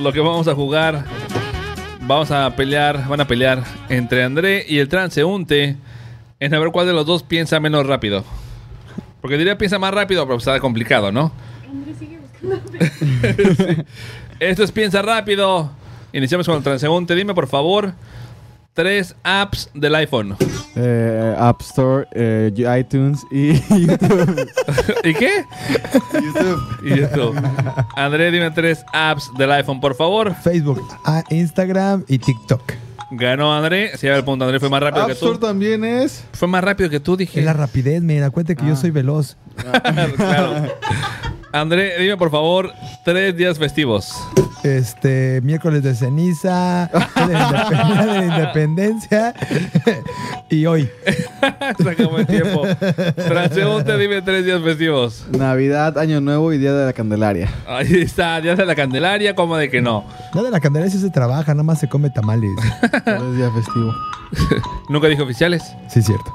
Speaker 2: Lo que vamos a jugar. Vamos a pelear. Van a pelear entre André y el transeúnte. En a ver cuál de los dos piensa menos rápido. Porque diría piensa más rápido, pero está complicado, ¿no? Esto es Piensa Rápido. Iniciamos con el transeúnte. Dime, por favor, tres apps del iPhone.
Speaker 12: Eh, App Store, eh, iTunes y YouTube.
Speaker 2: ¿Y qué? Y YouTube. André, dime tres apps del iPhone, por favor.
Speaker 8: Facebook, ah, Instagram y TikTok.
Speaker 2: Ganó André. Si lleva el punto, André fue más rápido
Speaker 13: App
Speaker 2: que
Speaker 13: Store
Speaker 2: tú.
Speaker 13: también es.
Speaker 2: Fue más rápido que tú,
Speaker 8: Es
Speaker 2: dije.
Speaker 8: la rapidez, men. Acuérdate que yo soy veloz.
Speaker 2: claro. André, dime, por favor, tres días festivos.
Speaker 8: Este, miércoles de ceniza, Día de la Independ- de la independencia y hoy.
Speaker 2: Se acabó el tiempo. Transeúnte, dime tres días festivos.
Speaker 12: Navidad, Año Nuevo y Día de la Candelaria.
Speaker 2: Ahí está, días de la Candelaria, como de que no.
Speaker 8: Nada de la Candelaria sí se trabaja, nada más se come tamales.
Speaker 12: Todo es día festivo.
Speaker 2: Nunca dije oficiales.
Speaker 8: Sí, cierto.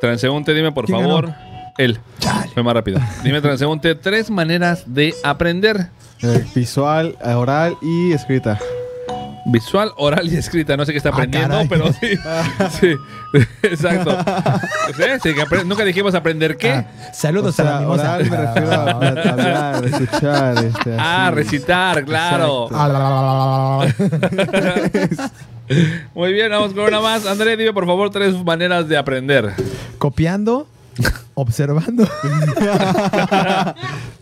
Speaker 2: Transeúnte, dime por
Speaker 8: ¿Quién
Speaker 2: favor.
Speaker 8: ganó?
Speaker 2: Él. Fue más rápido. Dime, transeúnte, tres maneras de aprender.
Speaker 12: Eh, visual, eh, oral y escrita.
Speaker 2: Visual, oral y escrita. No sé qué está aprendiendo,
Speaker 8: caray.
Speaker 2: pero sí. sí. Exacto. Sí, sí, que apre- Nunca dijimos aprender qué. Ah,
Speaker 8: Ah, saludos
Speaker 12: O
Speaker 8: a la
Speaker 12: sea,
Speaker 8: mimosa.
Speaker 12: oral me refiero a, a hablar, escuchar. Este, así.
Speaker 2: Ah, recitar, claro.
Speaker 8: Ah, la, la, la, la, la, la.
Speaker 2: Muy bien, vamos con una más. André, dime por favor tres maneras de aprender.
Speaker 8: Copiando, observando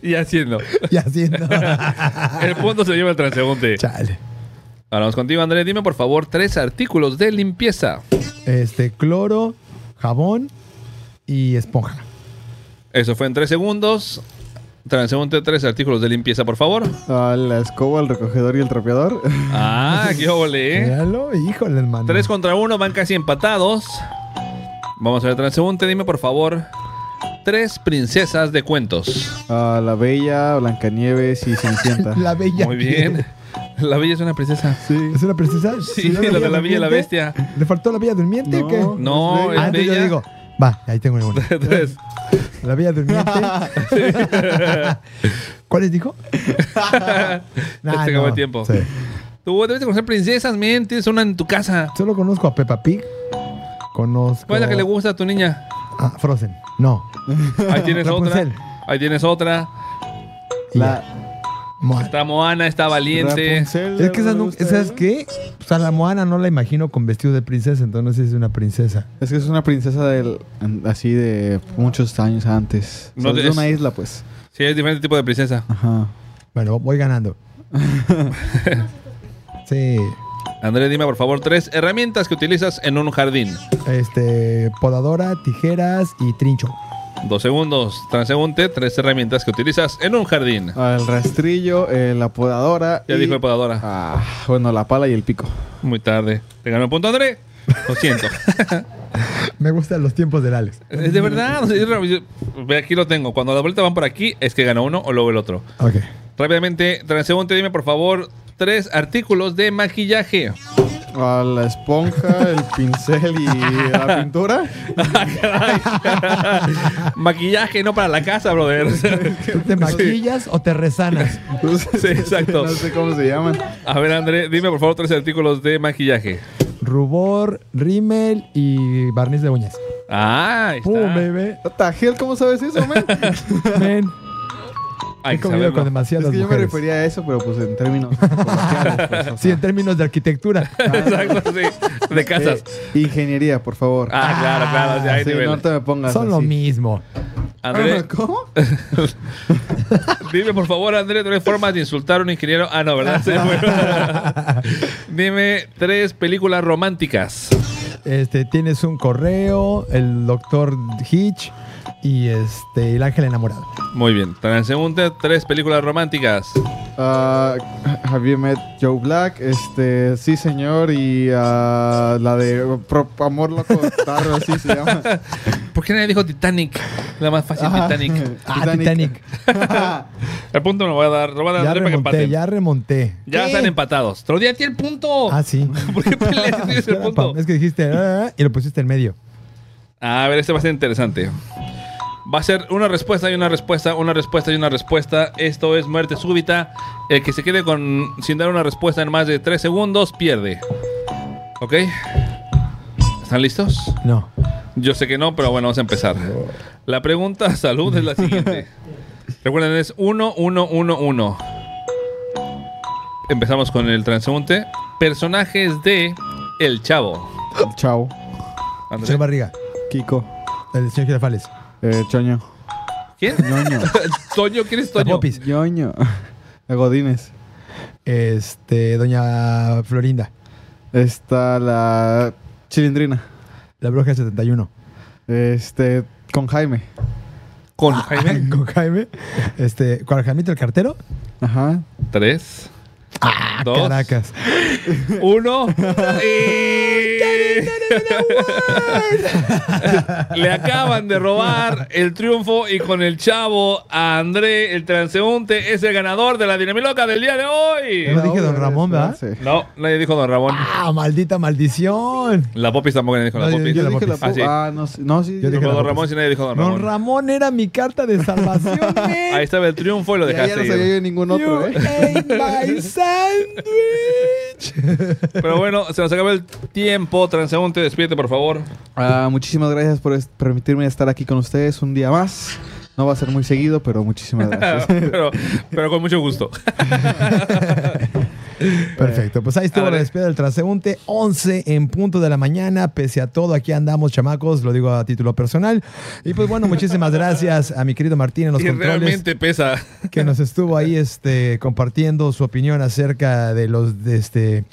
Speaker 2: Y haciendo.
Speaker 8: y haciendo.
Speaker 2: El punto se lleva el transeúnte.
Speaker 8: Chale.
Speaker 2: Ahora vamos contigo, André. Dime por favor tres artículos de limpieza.
Speaker 8: Este, cloro, jabón y esponja.
Speaker 2: Eso fue en tres segundos. Transeúnte, tres artículos de limpieza, por favor.
Speaker 12: Ah, la escoba, el recogedor y el trapeador.
Speaker 2: Ah, qué ole, ¿eh?
Speaker 8: Míralo, híjole, hermano.
Speaker 2: Tres contra uno, van casi empatados. Vamos a ver, transeúnte, dime por favor. Tres princesas de cuentos.
Speaker 12: Ah, la Bella, Blancanieves y Cenicienta.
Speaker 8: La bella.
Speaker 2: Muy bien. La bella es una princesa.
Speaker 12: Sí.
Speaker 8: ¿Es una princesa?
Speaker 2: Sí, la de la Bella y la Bestia.
Speaker 8: ¿Le faltó la Bella Durmiente o qué?
Speaker 2: No,
Speaker 8: Ah,
Speaker 2: es
Speaker 8: entonces yo
Speaker 2: bella.
Speaker 8: digo, va, ahí tengo una.
Speaker 2: Tres.
Speaker 8: La Bella Durmiente. ¿Cuáles dijo?
Speaker 2: Ya
Speaker 8: Ah,
Speaker 2: se Este acabó
Speaker 8: no,
Speaker 2: el tiempo.
Speaker 8: sí.
Speaker 2: Tú debes de conocer princesas, men. Tienes una en tu casa.
Speaker 8: Solo conozco a Peppa Pig. Conozco.
Speaker 2: ¿Cuál es la que le gusta a tu niña?
Speaker 8: Ah, Frozen. No.
Speaker 2: Ahí tienes otra.
Speaker 8: Rapunzel.
Speaker 2: Ahí tienes otra.
Speaker 12: La
Speaker 8: Moana.
Speaker 2: Está Moana, está Valiente.
Speaker 12: Rapunzel,
Speaker 8: Es que
Speaker 12: ¿no
Speaker 8: esas no,
Speaker 12: le gusta?
Speaker 2: ¿eh?
Speaker 8: ¿sabes qué? O sea, la Moana no la imagino con vestido de princesa, entonces no sé si es una princesa.
Speaker 12: Es que es una princesa del así de muchos años antes. O sea,
Speaker 2: No te-
Speaker 12: es de una
Speaker 2: es-
Speaker 12: isla, pues.
Speaker 2: Sí, es diferente tipo de princesa.
Speaker 12: Ajá.
Speaker 8: Bueno, voy ganando. sí.
Speaker 2: André, dime por favor tres herramientas que utilizas en un jardín.
Speaker 8: Este, podadora, tijeras y trincho.
Speaker 2: Dos segundos, transeúnte, tres herramientas que utilizas en un jardín.
Speaker 12: Ah, El rastrillo, eh, la podadora.
Speaker 2: Ya
Speaker 12: y-
Speaker 2: dijo el podadora.
Speaker 12: Ah, bueno, la pala y el pico.
Speaker 2: Muy tarde. ¿Te ganó un punto, André? Lo siento.
Speaker 8: Me gustan los tiempos del Alex.
Speaker 2: es de verdad. o sea, yo re- yo- ve, aquí lo tengo. Cuando la vuelta van por aquí, es que gana uno o luego el otro.
Speaker 8: Ok.
Speaker 2: Rápidamente, transeúnte, dime por favor tres artículos de maquillaje.
Speaker 12: A la esponja, el pincel y la pintura.
Speaker 2: Ah, Maquillaje no para la casa, brother.
Speaker 8: ¿Te maquillas o te resanas?
Speaker 2: sí, exacto.
Speaker 12: No sé cómo se llaman.
Speaker 2: A ver, André, dime por favor tres artículos de maquillaje.
Speaker 8: Rubor, rímel y barniz de uñas.
Speaker 2: Ah, ahí está.
Speaker 8: ¡Pum, baby!
Speaker 12: Tajel, ¿cómo sabes eso, man?
Speaker 8: Men,
Speaker 2: Hay
Speaker 8: he
Speaker 2: que
Speaker 8: comido
Speaker 2: saberlo.
Speaker 8: con demasiadas
Speaker 12: es que yo me
Speaker 8: mujeres.
Speaker 12: refería a eso, pero pues en términos. pues,
Speaker 8: Sí, en términos de arquitectura.
Speaker 2: Exacto, sí. De casas.
Speaker 12: Eh, ingeniería, por favor.
Speaker 2: Ah, claro, claro. ya hay
Speaker 12: sí,
Speaker 2: nivel.
Speaker 12: no te me pongas
Speaker 8: Son lo
Speaker 12: así.
Speaker 8: mismo.
Speaker 2: André,
Speaker 12: ¿Cómo?
Speaker 2: dime por favor, André, tres formas de insultar a un ingeniero. Ah, no, ¿verdad? Sí, bueno. dime tres películas románticas.
Speaker 8: Este, tienes un correo, el doctor Hitch y este, el ángel enamorado.
Speaker 2: Muy bien. Transeúnte, tres películas románticas.
Speaker 12: Ah, have you met Joe Black? Este, sí, señor. Y ah, la de Pro- Amor Loco Tarro, así se llama.
Speaker 2: ¿Por qué nadie dijo Titanic? La más fácil,
Speaker 12: Ajá.
Speaker 2: Titanic.
Speaker 8: Ah, Titanic.
Speaker 2: El punto me lo voy a dar. Lo voy a dar a
Speaker 8: Ya
Speaker 2: André para que
Speaker 8: remonté,
Speaker 2: empaten. Ya,
Speaker 8: ya remonté.
Speaker 2: están empatadas. Te lo di a ti el punto.
Speaker 8: Ah, sí.
Speaker 2: ¿Por qué peleas si tienes el punto?
Speaker 8: Es que dijiste "Ah", y lo pusiste en medio.
Speaker 2: A ver, este va a ser interesante. Va a ser una respuesta y una respuesta, una respuesta y una respuesta. Esto es muerte súbita. El que se quede con sin dar una respuesta en más de 3 segundos pierde. ¿Ok? ¿Están listos?
Speaker 8: No.
Speaker 2: Yo sé que no, pero bueno, vamos a empezar. La pregunta salud es la siguiente. Recuerden, es 1, 1, 1, 1. Empezamos con el transeúnte. Personajes de El Chavo.
Speaker 12: Chao.
Speaker 2: Andrés.
Speaker 8: Señor Barriga,
Speaker 12: Kiko.
Speaker 8: el señor Girafales.
Speaker 12: Eh, Choño.
Speaker 2: ¿Quién?
Speaker 12: Ñoño.
Speaker 2: Toño, ¿quién es Toño?
Speaker 8: Popis.
Speaker 12: Ñoño. La Godines.
Speaker 8: Este, doña Florinda,
Speaker 12: Está la Chilindrina.
Speaker 8: la bruja del 71.
Speaker 12: Este, con Jaime.
Speaker 2: Con Jaime.
Speaker 8: Con Jaime. Este, ¿cuál Jaimito el cartero?
Speaker 12: Ajá.
Speaker 2: 3. dos,
Speaker 8: Ah, Caracas.
Speaker 2: Uno. y- Le acaban de robar el triunfo y con el chavo a André, el transeúnte, es el ganador de la Dinamiloca del día de
Speaker 8: No
Speaker 2: hoy.
Speaker 8: dije Don Ramón, ¿verdad?
Speaker 12: Sí.
Speaker 2: No, nadie dijo Don Ramón.
Speaker 8: ¡Ah, maldita maldición!
Speaker 2: La popis tampoco nadie dijo la
Speaker 8: No, yo-
Speaker 2: popis.
Speaker 8: yo
Speaker 12: Yo
Speaker 8: la
Speaker 12: dije la
Speaker 8: popis.
Speaker 2: Ah, sí.
Speaker 12: po- Ah, no, sí- no, sí.
Speaker 8: Yo
Speaker 12: Yo dije
Speaker 8: dije la
Speaker 2: Dijo Don
Speaker 8: popis.
Speaker 2: Ramón y nadie dijo Don Ramón.
Speaker 8: Don Ramón era mi carta de salvación. men.
Speaker 2: Ahí estaba el triunfo y lo
Speaker 12: Ya, ya
Speaker 2: dejaste
Speaker 12: no
Speaker 2: ir.
Speaker 12: sabía yo ningún
Speaker 8: You
Speaker 12: otro, ¿eh?
Speaker 8: ate my sandwich.
Speaker 2: Pero bueno, se nos acaba el tiempo. Transeúnte, despídete, por favor.
Speaker 12: Ah, muchísimas gracias por es- permitirme estar aquí con ustedes un día más. No va a ser muy seguido, pero muchísimas gracias.
Speaker 2: pero, pero con mucho gusto.
Speaker 8: Perfecto, pues ahí estuvo la
Speaker 2: André.
Speaker 8: despedida del transeúnte, 11 en punto de la mañana, pese a todo, aquí andamos chamacos, lo digo a título personal. Y pues bueno, muchísimas gracias a mi querido Martín en los
Speaker 2: Y
Speaker 8: controles
Speaker 2: realmente pesa.
Speaker 8: que nos estuvo ahí este, compartiendo su opinión acerca de los de este,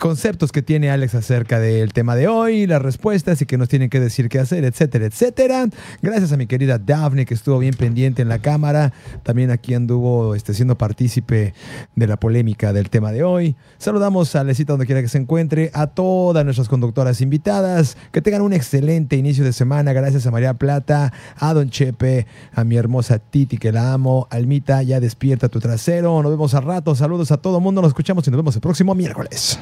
Speaker 8: conceptos que tiene Alex acerca del tema de hoy, las respuestas y que nos tienen que decir qué hacer, etcétera, etcétera. Gracias a mi querida Daphne que estuvo bien pendiente en la cámara, también aquí anduvo este, siendo partícipe de la polémica del tema de hoy. Saludamos a Lesita donde quiera que se encuentre, a todas nuestras conductoras invitadas, que tengan un excelente inicio de semana, gracias a María Plata, a Don Chepe, a mi hermosa Titi que la amo, Almita, ya despierta tu trasero, nos vemos a rato, saludos a todo mundo, nos escuchamos y nos vemos el próximo miércoles.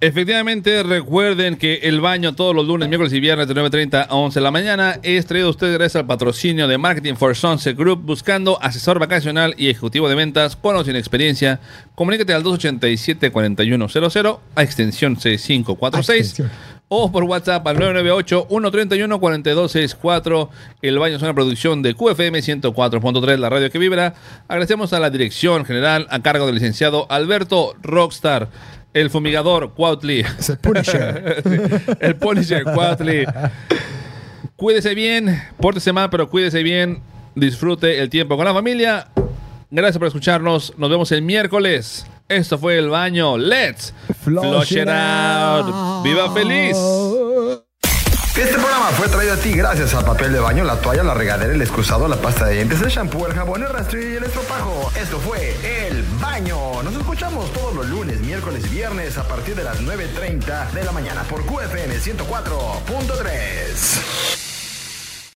Speaker 2: Efectivamente, recuerden que el baño todos los lunes, miércoles y viernes de 9.30 a 11 de la mañana es traído a ustedes gracias al patrocinio de Marketing for Sunset Group buscando asesor vacacional y ejecutivo de ventas con o sin experiencia. Comunícate al 287-4100 a extensión 6546
Speaker 8: Atención.
Speaker 2: o por WhatsApp al 998-131-4264. El baño es una producción de QFM 104.3, la radio que vibra. Agradecemos a la dirección general a cargo del licenciado Alberto Rockstar, el fumigador Cuautli,
Speaker 8: Es el Punisher.
Speaker 2: el Punisher Cuautli. Cuídese bien, pórtese mal, pero cuídese bien. Disfrute el tiempo con la familia. Gracias por escucharnos. Nos vemos el miércoles. Esto fue el baño. Let's
Speaker 8: Flush
Speaker 2: flush it
Speaker 8: it
Speaker 2: out. Viva feliz.
Speaker 1: Este programa fue traído a ti gracias a papel de baño, la toalla, la regadera, el excusado, la pasta de dientes, el shampoo, el jabón, el rastrillo y el estropajo. Esto fue El Baño. Nos escuchamos todos los lunes, miércoles y viernes a partir de las 9.30 de la mañana por QFM 104.3.